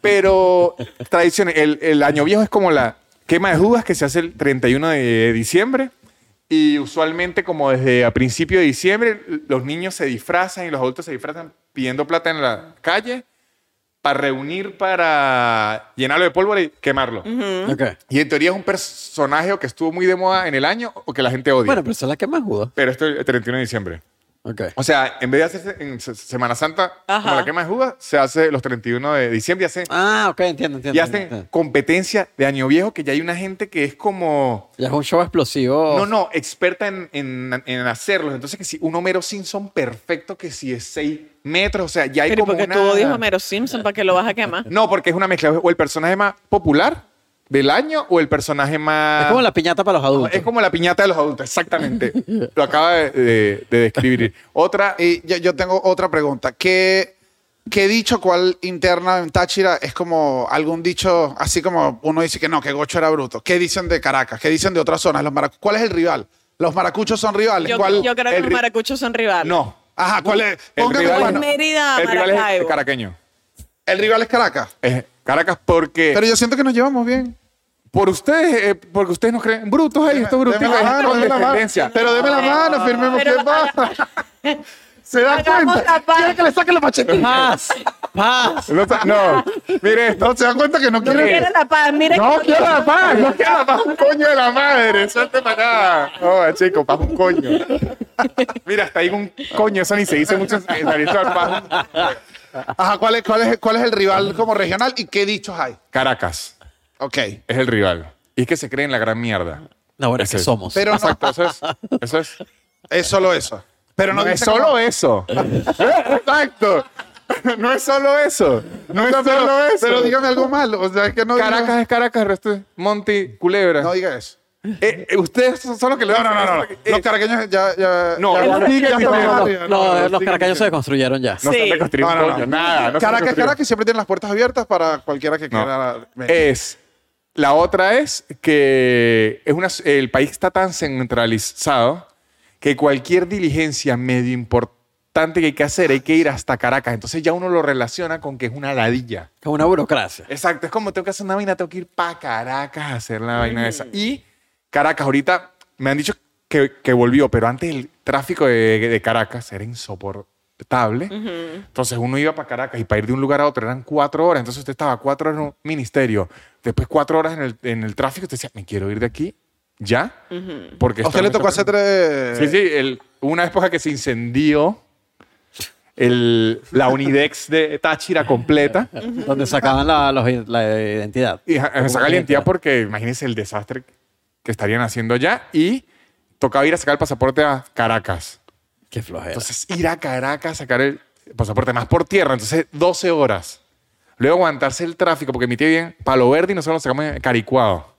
Pero tradiciones, el, el año viejo es como la quema de Judas que se hace el 31 de diciembre. Y usualmente, como desde a principio de diciembre, los niños se disfrazan y los adultos se disfrazan pidiendo plata en la calle para reunir, para llenarlo de pólvora y quemarlo. Ok. Y en teoría es un personaje o que estuvo muy de moda en el año o que la gente odia. Bueno, pero esa es la que más juda. pero esto es el 31 de diciembre. Ok. O sea, en vez de hacerse en Se- Semana Santa, Ajá. como la quema de Judas, se hace los 31 de diciembre y hacen, Ah, ok, entiendo, entiendo. y entiendo, hacen entiendo. competencia de Año Viejo, que ya hay una gente que es como... Ya es un show explosivo. No, no, experta en, en, en hacerlos. Entonces, que si un Homero Simpson perfecto, que si es 6 metros, o sea, ya hay Pero como porque una... tú odias a Homero Simpson, ¿para que lo vas a quemar? No, porque es una mezcla. O el personaje más popular del año o el personaje más... Es como la piñata para los adultos. Es como la piñata de los adultos, exactamente. Lo acaba de, de- de describir. Otra, Y yo, yo tengo otra pregunta. ¿Qué, qué dicho, cuál interna en Táchira es como algún dicho, así como uno dice que no, que Gocho era bruto? ¿Qué dicen de Caracas? ¿Qué dicen de otras zonas? Los maracu- ¿Cuál es el rival? ¿Los maracuchos son rivales? Yo, ¿Cuál- yo creo que el los ri- maracuchos son rivales. no. Ajá, ¿cuál es? El Póngame rival- bueno, Mérida, el rival es el Maracaibo. caraqueño. el rival es Caracas. Es Caracas porque... Pero yo siento que nos llevamos bien. por ustedes, eh, porque ustedes nos creen brutos ahí, estos brutos. Deme la mano, deme la mano. Pero deme la mano, firmemos. Pero ah, ¿Qué pasa? ¿Se da Hagamos cuenta? la paz. ¿Quiere que le saquen la machetita? Paz, paz. No, no, mire esto. No, ¿se dan cuenta que no No quiere? quiere la paz, mira No que- quiero la paz, no quiero la paz, un coño de la madre, suelte para acá. No, chico, paz un coño. Mira, hasta ahí un coño, eso ni se dice mucho en la lista del paz. Ajá, ¿cuál es, cuál, es, ¿cuál es el rival como regional y qué dichos hay? Caracas Ok. es el rival. Y es que se creen la gran mierda. No, bueno, es que Ese. somos. Pero no, Exacto, eso es. Eso es. es solo eso. Pero no, no es dicen solo como- eso. Exacto. No es solo eso. No es pero, solo eso. Pero dígame algo malo. O sea, es que no diga- Caracas es Caracas, el resto es Monty, Culebra. No diga eso. Eh, eh, ustedes son los que le No, no, no. no. Los caraqueños ya. ya No, ya- no, ya eh, sigue estamos diciendo. arriba, No, eh, no, los caracaños se desconstruyeron ya. No se Sí. han reconstruido No, no, un no. coño, nada. no se han Caracas, reconstruido. Caracas siempre tiene las puertas abiertas para cualquiera que No. quiera. venir. Es. La otra es que es una, el país está tan centralizado que cualquier diligencia medio importante que hay que hacer hay que ir hasta Caracas. Entonces ya uno lo relaciona con que es una ladilla. Como una burocracia. Exacto, es como tengo que hacer una vaina, tengo que ir para Caracas a hacer la vaina esa. Y Caracas, ahorita me han dicho que, que volvió, pero antes el tráfico de, de Caracas era insoportable. Entonces uno iba para Caracas y para ir de un lugar a otro eran cuatro horas. Entonces usted estaba cuatro horas en un ministerio, después cuatro horas en el, en el tráfico. Usted decía, me quiero ir de aquí ya. porque ¿A usted le tocó hacer eh, tres. Sí, sí, el- hubo una época que se incendió. el- la Unidex de Táchira completa. Donde sacaban la, los- la identidad. Y ja- me saca la identidad porque imagínense el desastre que estarían haciendo allá y tocaba ir a sacar el pasaporte a Caracas. Qué flojera. Entonces ir a Caracas a sacar el pasaporte, más por tierra, entonces 12 horas. Luego aguantarse el tráfico porque mi tía vive en Palo Verde y nosotros lo sacamos en Caricuado.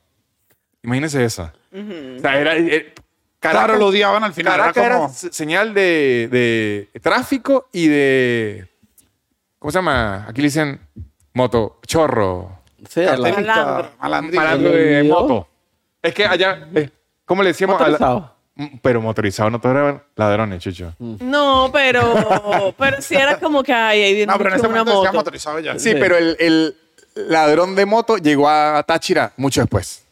Imagínense eso. O sea, era... eh, Claro, lo odiaban al final. Caracas era era, como- se- señal de, de tráfico y de... ¿Cómo se llama? Aquí le dicen moto, chorro. sí, la- Carterista, Malandro. malandrito. Parando de Dios. moto. Es que allá, eh, ¿cómo le decíamos? a la- Motorizado. Mm, pero motorizado, no todos eran ladrones, chucho. No, pero, pero sí era como que ay, ahí viene No, pero en ese una momento decían moto. motorizado ya. Sí, pero el, el ladrón de moto llegó a Táchira mucho después.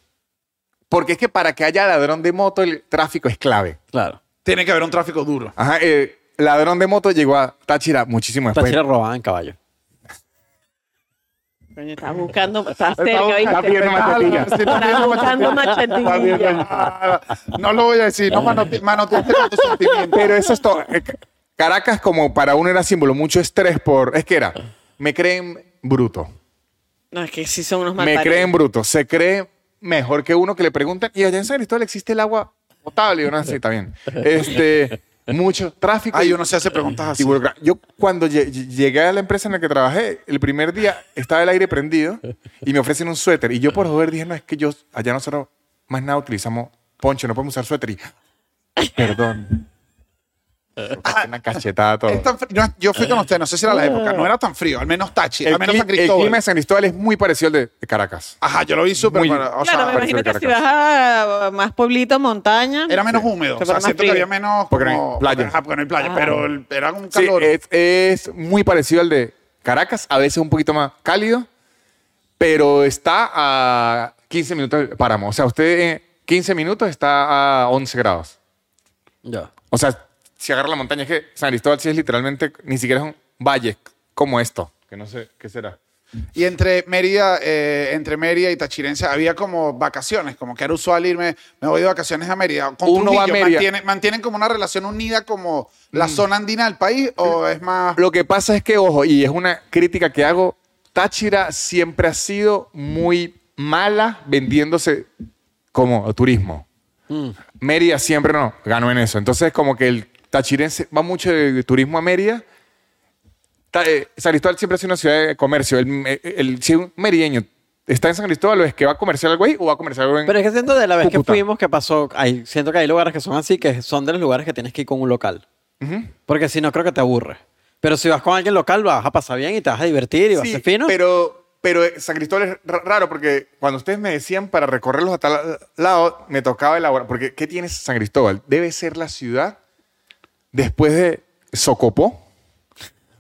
Porque es que para que haya ladrón de moto, el tráfico es clave. Claro. Tiene que haber un tráfico duro. Ajá, eh, ladrón de moto llegó a Táchira muchísimo después. Táchira robaban caballo. Coño, estás buscando, estás cerca, Está ¿viste? pidiendo machetilla. Estás buscando machetilla. Ah, No lo voy a decir, no manote- manoteaste con tus sentimientos. Pero eso es todo. Eh, Ca- Caracas, como para uno era símbolo, mucho estrés por. Es que era, me creen bruto. No, es que sí son unos me malparidos. creen bruto. Se cree mejor que uno que le preguntan. Y allá en San Cristóbal existe el agua potable. Y uno así, está bien. Este, mucho tráfico. Ay, y- uno se hace preguntas y así. burocra- Yo cuando lle- lle- llegué a la empresa en la que trabajé, el primer día estaba el aire prendido y me ofrecen un suéter. Y yo por joder dije, no, es que yo, allá nosotros más nada utilizamos poncho, no podemos usar suéter. Y, perdón. Una cachetada todo. Es tan fr- no, yo fui con usted, no sé si era la época, no era tan frío, al menos Tachi, El, al menos cli- San el clima de Cristóbal. San Cristóbal es muy parecido al de de Caracas. Ajá, yo lo vi súper. Muy- pero, o sea, Claro, me imagino que Caracas. si vas a a más pueblito, montaña. Era menos húmedo, Se o sea, pone más siento que frío. había menos. Porque no hay como- playa. Ajá, porque no hay playa, pero el- era un Sí, eh, calor. es, es muy parecido al de Caracas, a veces un poquito más cálido, pero está a 15 minutos del páramo. O sea, usted en 15 minutos está a 11 grados. Ya. O sea, si agarra la montaña, es que San Cristóbal sí es literalmente, ni siquiera es un valle como esto. Que no sé, ¿qué será? Y entre Mérida, eh, entre Mérida y Tachirense había como vacaciones, como que era usual irme, me voy de vacaciones a Mérida. Con Uno va a Trujillo, Mérida. Mm. mantiene- ¿Mantienen como una relación unida como la zona andina del país o es más... Lo que pasa es que, ojo, y es una crítica que hago, Táchira siempre ha sido muy mala vendiéndose como turismo. Mérida siempre no ganó en eso. Entonces, como que el tachirense va mucho de turismo a Mérida. Ta- eh, San Cristóbal siempre ha sido una ciudad de comercio. El, el- si un merideño ¿Está en San Cristóbal o es que va a comerciar algo ahí o va a comerciar algo en Pero es que siento de la vez que Cúcuta. fuimos que pasó, hay, siento que hay lugares que son así, que son de los lugares que tienes que ir con un local. Porque si no, creo que te aburres. Pero si vas con alguien local, vas a pasar bien y te vas a divertir y vas a Sí, ser fino. Pero, pero eh, San Cristóbal es ra- raro porque cuando ustedes me decían para recorrerlos a tal lado, me tocaba elaborar. Porque, ¿qué tiene San Cristóbal? Debe ser la ciudad después de Socopó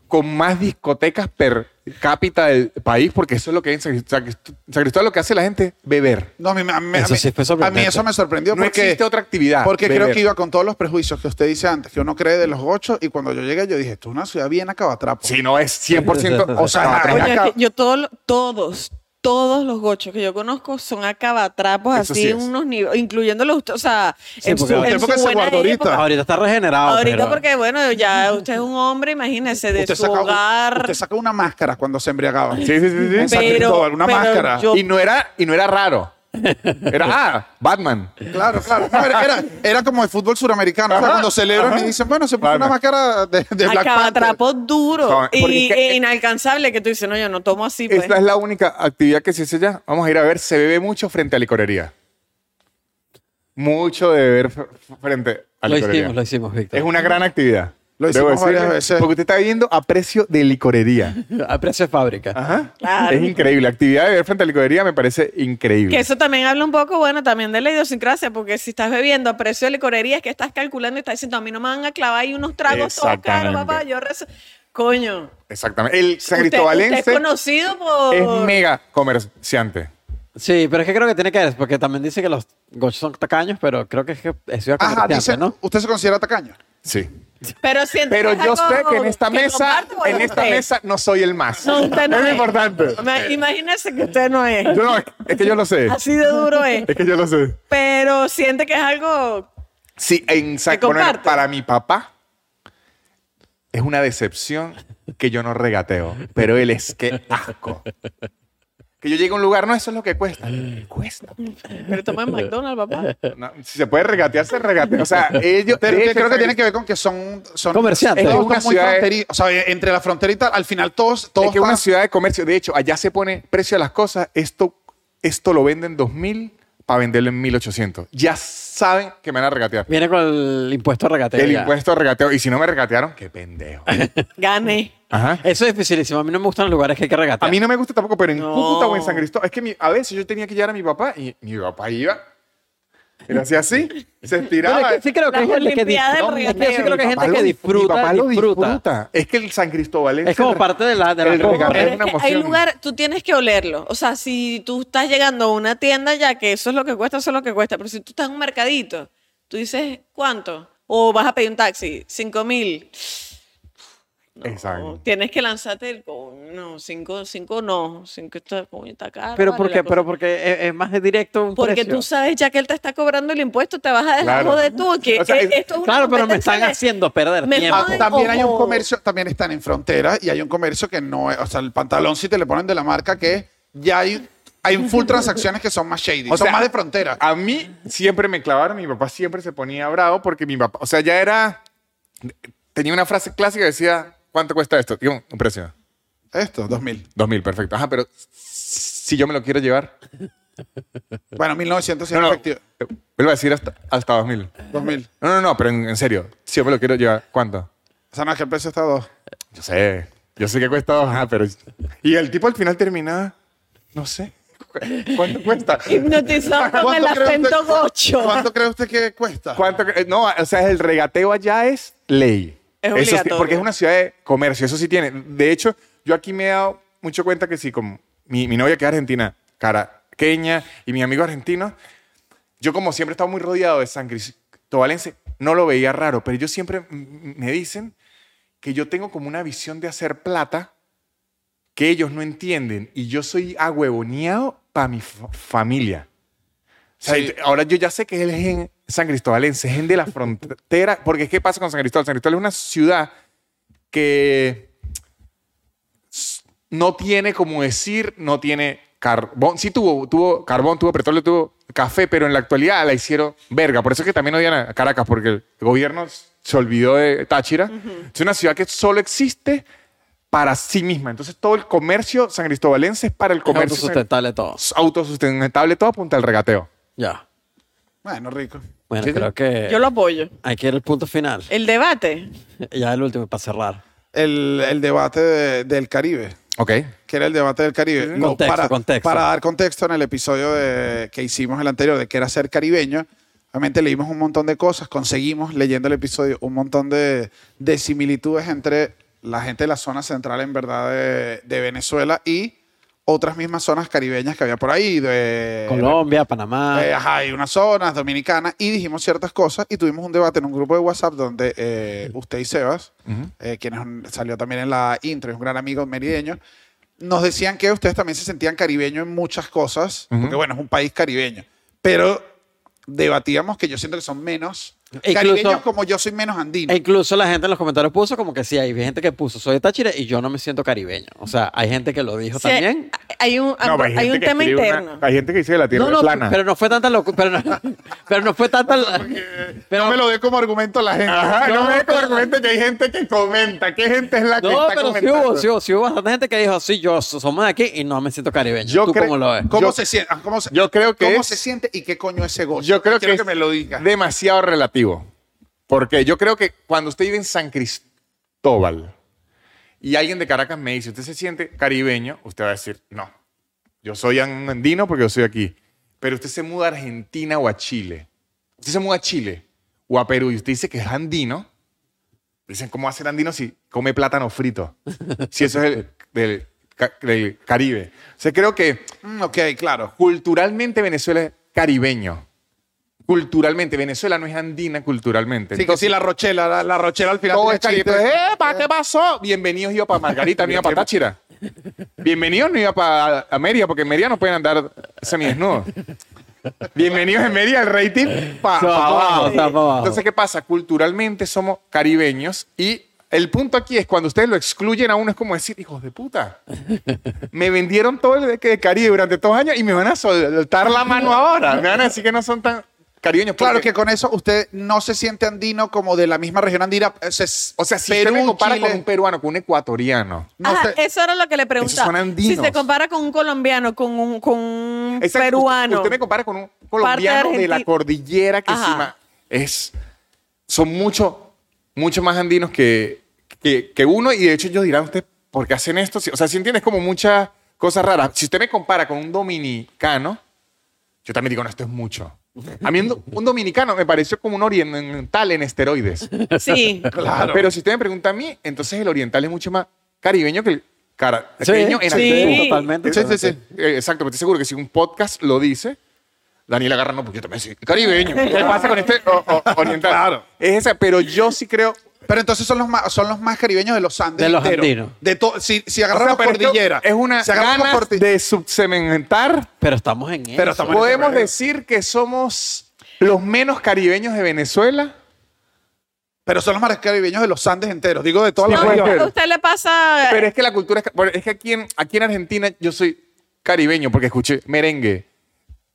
con más discotecas per cápita del país, porque eso es lo que hay en San Crist- San Crist- San Cristóbal. Lo que hace la gente beber. No, a mí, me- a mí- Eso a mí- sí fue a mí sorprendente. eso me sorprendió No porque, existe otra actividad, Porque creo beber. que iba con todos los prejuicios que usted dice antes, que uno cree de los gochos, y cuando yo llegué yo dije, esto es una ciudad bien acabatrapo. Si no es 100%, o sea, Oye, Coño, es Acá- que yo todo lo- todos, todos los gochos que yo conozco son acabatrapos Eso así, sí es. unos niveles, incluyéndolo usted, o sea, en porque su, usted en su porque se buena guardó ahorita. época. ahorita está regenerado. Ahorita Ah, pero- porque, bueno, ya usted es un hombre, imagínese, de usted, su saca, hogar. usted saca una máscara cuando se embriagaba. Sí, sí, sí, sí. En San Pero- Cristóbal, una pero máscara. yo- y no era, y no era raro. Era, ah, Batman. Claro, claro. No, era, era- era como el fútbol suramericano. O sea, Ajá, cuando celebran ajá. y dicen, bueno, se puso Batman. una máscara de, de Black Panther. Acabatrapo duro Son- porque y, es eh, que- e inalcanzable que tú dices, no, yo no tomo así, pues. Esta es la única actividad que se hace ya. Vamos a ir a ver, se bebe mucho frente a licorería. Mucho de beber f- frente a Lo licorería. hicimos, lo hicimos, Víctor. Es una gran actividad. Lo hicimos Debo decirle, varias veces. Porque usted está viviendo a precio de licorería. A precio de fábrica. Ajá. Claro. Es increíble. La actividad de beber frente a licorería me parece increíble. Que eso también habla un poco, bueno, también de la idiosincrasia, porque si estás bebiendo a precio de licorería, es que estás calculando y estás diciendo, a mí no me van a clavar ahí unos tragos todos caros, Exactamente. papá, yo rezo. Coño. Exactamente. El San usted- Cristobalense usted es conocido por... es mega comerciante. Sí, pero es que creo que tiene que ver, porque también dice que los gochos son tacaños, pero creo que es que es ciudad Ajá, comerciante, dice, ¿no? ¿usted se considera tacaño? Sí. Pero, si Pero entras yo algo sé que en esta mesa, comparte, bueno, en esta usted- mesa no soy el más. No, usted no es es. lo importante. Ma- Imagínese que usted no es. Yo no, es que yo lo sé. Así de duro es. Es que yo lo sé. Pero siente que es algo... Sí, en San- ¿Te bueno, comparte? para mi papá es una decepción que yo no regateo, pero él es que asco. Que yo llegue a un lugar, no, eso es lo que cuesta. Cuesta. Pero toma en McDonald's, papá. No, si se puede regatear, se regatea. O sea, ellos. Pero de que hecho, creo que San tiene que ver con que son, son Comerciantes. Es Es una una muy ciudad- fronteri- o sea, entre la frontera y tal, al final todos, todos Es que una van- ciudad de comercio, de hecho, allá se pone precio a las cosas. Esto, esto lo venden 2000 para venderlo en 1800. Ya saben que me van a regatear. Viene con el impuesto regateo. El ya. impuesto de regateo. Y si no me regatearon, qué pendejo. Gane. Ajá. Eso es dificilísimo. A mí no me gustan los lugares que hay que regatear. A mí no me gusta tampoco, pero en No. Cúcuta o en San Cristóbal. Es que mi- a veces yo tenía que llevar a mi papá y mi papá iba. Él hacía así, se estiraba. Pero es que sí creo que hay Las gente que Olimpiadas del disfruta. Es que yo sí regateo. creo que hay Mi papá gente que lo- mi disfruta. papá lo disfruta. disfruta. Es que el San Cristóbal Es como parte de la- de la el cosa. regateo Pero es es una que hay emoción. lugar, tú tienes que olerlo. O sea, si tú estás llegando a una tienda ya que eso es lo que cuesta, eso es lo que cuesta. Pero si tú estás en un mercadito, tú dices, ¿cuánto? O vas a pedir un taxi, cinco mil. Exacto. Tienes que lanzarte el coño, no, cinco, cinco no, cinco está, coño, está caro. Pero vale, porque, la cosa. pero porque es, es más de directo un Porque precio. tú sabes ya que él te está cobrando el impuesto, te vas a dejar Claro. joder tú. Que O sea, eh, es- esto es una Claro, pero me competencia están de- haciendo perder me tiempo. joden También o- hay un o- comercio, también están en frontera y hay un comercio que no es, o sea, el pantalón si te le ponen de la marca que ya hay, hay full transacciones que son más shady, O son sea, más de frontera. A mí siempre me clavaron, mi papá siempre se ponía bravo porque mi papá, o sea, ya era, tenía una frase clásica que decía, ¿cuánto cuesta esto? Digo, un precio. Esto, 2000. 2000, perfecto. Ajá, pero si yo me lo quiero llevar. Eh. Bueno, 1900 No, no. efectivo. Vuelvo a decir hasta, hasta 2000. 2000. No, no, no, pero en, en serio, si yo me lo quiero llevar, ¿cuánto? O sea, no es que el precio está a dos. Yo sé, yo sé que cuesta dos, ajá, pero... Y el tipo al final terminaba, no sé, cu- ¿cuánto cuesta? Hipnotizado con el ¿Cuánto cree usted- acento gocho. ¿Cuánto cree usted que cuesta? ¿Cuánto? que- eh, No, o sea, el regateo allá es ley. Es Eso sí, obligatorio. porque es una ciudad de comercio, eso sí tiene. De hecho, yo aquí me he dado mucho cuenta que sí, con mi, mi novia que es argentina, caraqueña, y mi amigo argentino, yo como siempre he estado muy rodeado de San Cristóbalense, no lo veía raro, pero ellos siempre m- m- me dicen que yo tengo como una visión de hacer plata que ellos no entienden y yo soy agüeboneado para mi fa- familia. O sea, Sí. y- Ahora yo ya sé que es el gen San Cristobalense, gen de la frontera, porque es que pasa con San Cristóbal. San Cristóbal es una ciudad que s- no tiene como decir, no tiene carbón. Sí tuvo, tuvo carbón, tuvo petróleo, tuvo café, pero en la actualidad la hicieron verga. Por eso es que también odian a Caracas, porque el gobierno se olvidó de Táchira. Es una ciudad que solo existe para sí misma. Entonces todo el comercio san cristobalense es para el comercio san- sustentable todo. autosustentable, todo apunta al regateo. Ya. Bueno, rico. Bueno, Sí, sí. creo que Yo lo Eh. apoyo. aquí era el punto final. El debate. Ya el último, para cerrar. El, el debate de- del Caribe. Ok. que era el debate del Caribe. Lo- Contexto, para, contexto. para dar contexto en el episodio de- que hicimos el anterior de que era ser caribeño, obviamente leímos un montón de cosas, conseguimos leyendo el episodio un montón de, de similitudes entre la gente de la zona central en verdad de, de Venezuela y otras mismas zonas caribeñas que había por ahí, de Eh, Colombia, Panamá. Ah. eh, ajá, hay unas zonas dominicanas y dijimos ciertas cosas y tuvimos un debate en un grupo de WhatsApp donde eh, usted y Sebas, eh, quien es un- salió también en la intro, es un gran amigo merideño, nos decían que ustedes también se sentían caribeños en muchas cosas, porque bueno, es un país caribeño, pero debatíamos que yo siento que son menos Incluso- caribeños como yo soy menos andino. E incluso la gente en los comentarios puso como que sí, hay gente que puso soy de Táchira y yo no me siento caribeño. O sea, hay gente que lo dijo Sí, también. Hay un, No, pero Ah, hay gente un que tema escribe una- interno. hay gente que dice que la tierra No, es no, plana. pero no fue tanta locura. Pero no, pero no fue tanta. eh, pero, no me lo dé como argumento la gente. Ajá, no, me argumento que hay gente que comenta. ¿Qué gente es la que no, está pero sí comentando? hubo, sí hubo, sí hubo bastante gente que dijo, sí, yo so- somos de aquí y no me siento caribeño. Yo ¿Tú creo- cómo lo ves? ¿Cómo Yo- se siente? Ah, ¿Cómo se, yo creo que ¿Cómo es- se siente y qué coño es ese gozo? Yo creo Quiero que, que me lo digas. demasiado relativo. Porque yo creo que cuando usted vive en San Cristóbal y alguien de Caracas me dice, usted se siente caribeño, usted va a decir, no, yo soy un andino porque yo soy aquí. Pero usted se muda a Argentina o a Chile. Usted se muda a Chile o a Perú y usted dice que es andino. Dicen, ¿cómo va a ser andino si come plátano frito? Si eso es el- del, ca- del Caribe. O sea, creo que Mm, ok, claro. culturalmente Venezuela es caribeño. Culturalmente, Venezuela no es andina culturalmente. Sí, que Entonces, sí, la Rochela, la, la Rochela al final. todo tiene es caribeño. chistes. Entonces, eh". ¡Epa! ¿Qué pasó? Bienvenidos yo para Margarita, no iba para Táchira. Bienvenidos no iba para Mérida, porque en Mérida no pueden andar semidesnudos. Bienvenidos en Mérida, el rating para Se va pa' abajo, se va pa' abajo. Entonces, ¿qué pasa? Culturalmente somos caribeños y el punto aquí es cuando ustedes lo excluyen a uno es como decir, hijos de puta, me vendieron todo el de- que de Caribe durante todos años y me van a soltar la mano ahora. Me van a decir que no son tan caribeños. Claro porque- que con eso usted no se siente andino como de la misma región andina. eh, O sea, si usted me compara con un peruano, con un ecuatoriano. No sé. Ajá, Eso era lo que le preguntaba. son andinos. Si se compara con un colombiano, con un, con un Exacto, usted- Mm, peruano. Usted me compara con un colombiano de, Argentina. la cordillera que Ajá. encima es. Son mucho, mucho más andinos que, que, que uno. Y de hecho, ellos dirán, ¿usted por qué hacen esto? Si- O sea, si entiendes como muchas cosas raras. Si usted me compara con un dominicano, yo también digo, no, esto es mucho. A mí un, do- un dominicano me pareció como un oriental en esteroides. Sí. Claro. Pero si usted me pregunta a mí, entonces el oriental es mucho más caribeño que el caraqueño en sí. actitud. totalmente. Sí, sí, sí. totalmente. Eh, Exacto, pero estoy seguro que si un podcast lo dice, Daniel agarra, no, pues yo también soy caribeño. ¿Qué pasa con este o- o- oriental? Es esa, pero yo sí creo. Pero entonces son los más, son los más caribeños de los Andes. De los enteros. andinos. De to- si, si o sea, agarramos pero esto cordillera. Es una si agarramos ganas corti- de subsementar. Pero estamos en eso. Pero estamos en Podemos febrero. decir que somos los menos caribeños de Venezuela. Pero son los más caribeños de los Andes enteros. Digo, de todas Sí, pues. las puede No, ser. a usted le pasa. Pero es que la cultura es. ca- bueno, Es que aquí en, aquí en Argentina yo soy caribeño porque escuché merengue,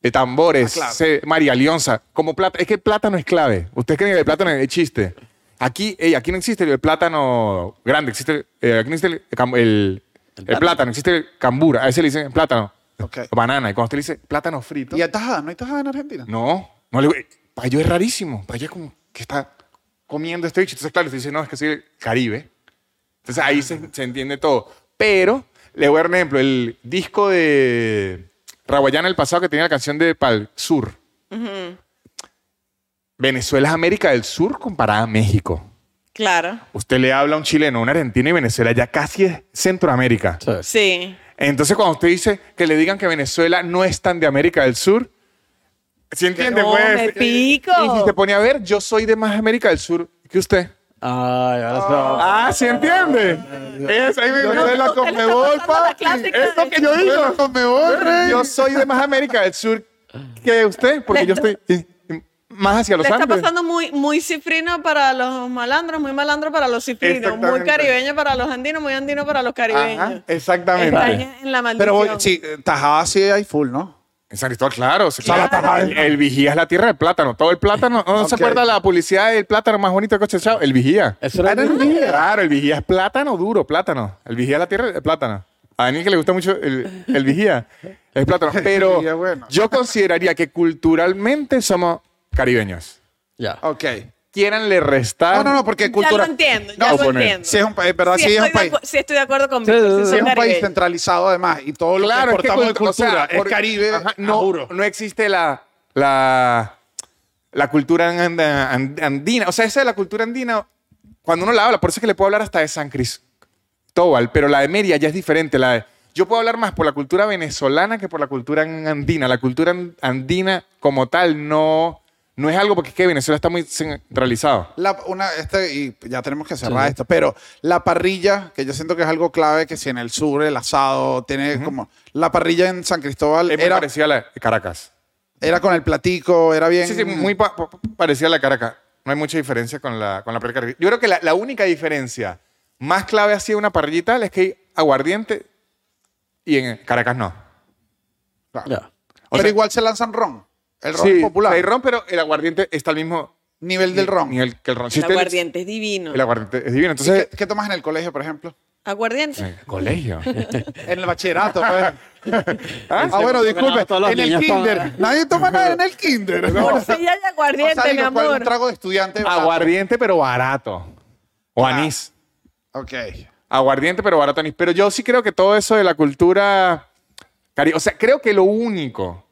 de tambores, Ah, claro. se- María Leonza, como plata. Es que el plátano es clave. Ustedes creen que el plátano es chiste. Aquí, ey, aquí no existe el plátano grande, existe eh, aquí no existe el, cam- el- el plátano, existe el cambur. A ese le dicen plátano, Ok. banana. Y cuando usted le dice plátano frito, ¿Y hay tajada? ¿No hay tajada en Argentina? no, no le. Para ellos es rarísimo. Para ellos es como que está comiendo este bicho. Entonces, claro, usted dice, no, es que soy del Caribe. Entonces ahí se, se entiende todo. Pero, le voy a dar un ejemplo. El disco de Rawayana el pasado que tenía la canción de Pal Sur. Venezuela es América del Sur comparada a México. Claro. Usted le habla a un chileno, a un argentino y Venezuela ya casi es Centroamérica. Sí. Sí. Entonces, cuando usted dice que le digan que Venezuela no es tan de América del Sur, ¿sí entiende? no, pues? me pico. Y si te pone a ver, yo soy de más América del Sur que usted. Ay, ahora se va. Ah, ¿sí entiende? Es ahí mismo. Yo soy la tú estás Conmebol, pasando la papi. clásica Es lo de- que yo digo. la Conmebol, rey. Yo soy de más América del Sur que usted, porque yo estoy eh, más hacia Le Los está Andes. pasando muy, muy cifrino para los malandros, muy malandro para los cifrinos, muy Exactamente. caribeño para los andinos, muy andino para los caribeños. Ajá, exactamente. Están en la maldición. Pero voy- sí, eh, tajada sí hay full, ¿no? En San Cristóbal, claro. se- Claro. El, el vigía es la tierra del plátano. Todo el plátano. ¿No se Ok. acuerda la publicidad del plátano más bonito que ha cosechado? El vigía. Eso era el vigía. Claro, el vigía es plátano duro, plátano. El vigía es la tierra del plátano. A Daniel que le gusta mucho el, el vigía. Es plátano. Pero vigía, bueno. yo consideraría que culturalmente somos caribeños. Ya. Ok. Quieranle restar. No, no, no, porque cultura. Ya lo entiendo, No, ya lo poner. entiendo. Sí es un eh, país, ¿verdad? Sí, es un estoy de país. acu- sí estoy de acuerdo con Sí, Víctor, sí, sí Sí, sí, es soy un país caribeño. centralizado además y todo lo Claro, que es que exportamos de cultu- o sea, cultura es por- Caribe, ajá, no, no, no existe la, la, la cultura and- and- andina. O sea, esa de la cultura andina, cuando uno la habla, por eso es que le puedo hablar hasta de San Cristóbal, pero la de Mérida ya es diferente. La de- yo puedo hablar más por la cultura venezolana que por la cultura andina. La cultura an- andina como tal no, no es algo porque es que Venezuela está muy centralizado. La- una, este, y ya tenemos que cerrar esto, pero la parrilla, que yo siento que es algo clave, que si en el sur el asado tiene como... La parrilla en San Cristóbal Es muy era, parecida a la de Caracas. era con el platico, era bien... Sí, sí, muy pa- pa- parecida a la Caracas. No hay mucha diferencia con la, con la parrilla Caracas. Yo creo que la, la única diferencia más clave así de una parrillita es que hay aguardiente y en Caracas no. Claro. Ya. pero sea- igual se lanzan ron, el ron Sí, popular, Hay ron, pero el aguardiente está al mismo nivel del ron. nivel que el ron. Si El usted- aguardiente es divino. el aguardiente es divino. ¿Y qué, Entonces, qué tomas en el colegio, por ejemplo? Aguardiente. colegio. En el bachillerato. pues. ah, Este, Sí, bueno, porque disculpe, no, todos los en el niños toman- kinder. Nadie toma nada en el kinder. No, O sea, ya hay aguardiente, mi digo, ¿cuál es un amor. trago de estudiante. aguardiente, pero barato. O anís. Ok. aguardiente, pero barato anís. Pero yo sí creo que todo eso de la cultura cari- o sea, creo que lo único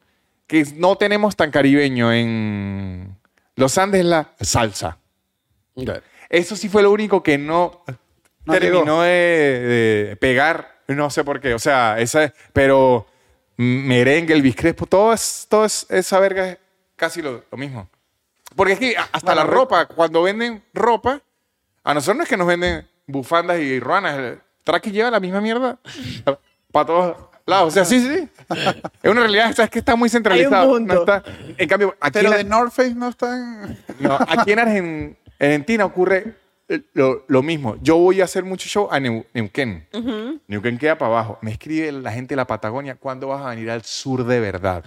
que no tenemos tan caribeño en los Andes es la salsa. Ok. Eso sí fue lo único que no, No llegó. terminó de, de pegar, no sé por qué. O sea, esa es- pero merengue, el biscrespo, todo, es, todo es- esa verga es casi lo, lo mismo. Porque es que a- hasta la ropa, cuando venden ropa, a nosotros no es que nos venden bufandas y ruanas. Traque lleva la misma mierda para todos lados. O sea, sí, sí. sí. Es una realidad, o sea, es que está muy centralizado. punto. No está- en cambio, aquí Pero la- de North Face no están. no, aquí en Argen- Argentina ocurre eh, lo, lo mismo. Yo voy a hacer mucho show a Neu- Neuquén. Neuquén queda para abajo. Me escribe la gente de la Patagonia, ¿cuándo vas a venir al sur de verdad?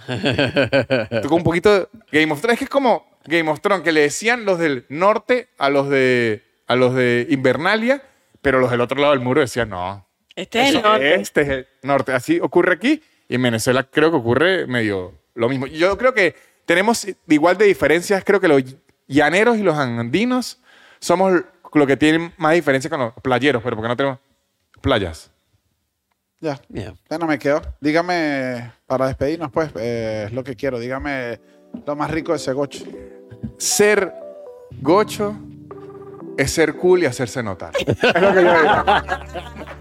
Tú con un poquito de Game of Thrones. Es que es como Game of Thrones, que le decían los del norte a los de, a los de Invernalia, pero los del otro lado del muro decían, no, Este es el eso- norte. Este es el norte. Así ocurre aquí y en Venezuela creo que ocurre medio lo mismo. Yo creo que tenemos igual de diferencias. Creo que los llaneros y los andinos somos lo que tienen más diferencia con los playeros, pero porque no tenemos playas. Ya. Bien. Ya no me quedo. Dígame, para despedirnos, pues, eh, es lo que quiero. Dígame lo más rico de ese gocho. Ser gocho es ser cool y hacerse notar. es lo que yo digo.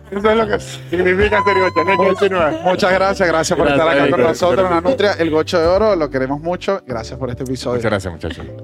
Eso es lo que significa ser gocho. No es que Muchas gracias, gracias por estar Gracias, acá con Víctor. nosotros en Anutria. El gocho de oro, lo queremos mucho. Gracias por este episodio. Muchas gracias, muchachos.